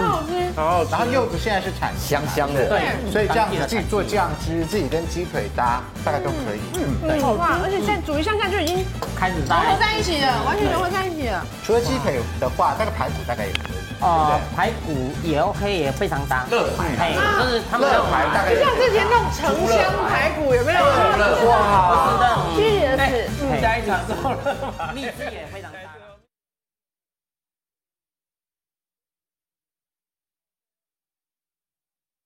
S10: 好
S1: 然后柚子现在是产
S5: 香香的，
S10: 对，
S1: 所以这样子自己做酱汁，自己跟鸡腿搭，大概都可以。嗯，对。
S7: 好棒！而且现在煮一上下就已经
S6: 开始
S7: 融合
S6: 在
S7: 在一起了，完全融合在一起了。
S1: 除了鸡腿的话，那个排骨大概也可以。
S6: 呃排骨也 OK，也非常搭。
S5: 乐排
S6: 哎，就是他们
S1: 乐
S6: 的
S1: 排大概
S7: 就像之前那种城乡排骨，有没有？
S5: 乐
S6: 哇，
S4: 居然是。
S6: 加一场之后，荔枝也非常搭。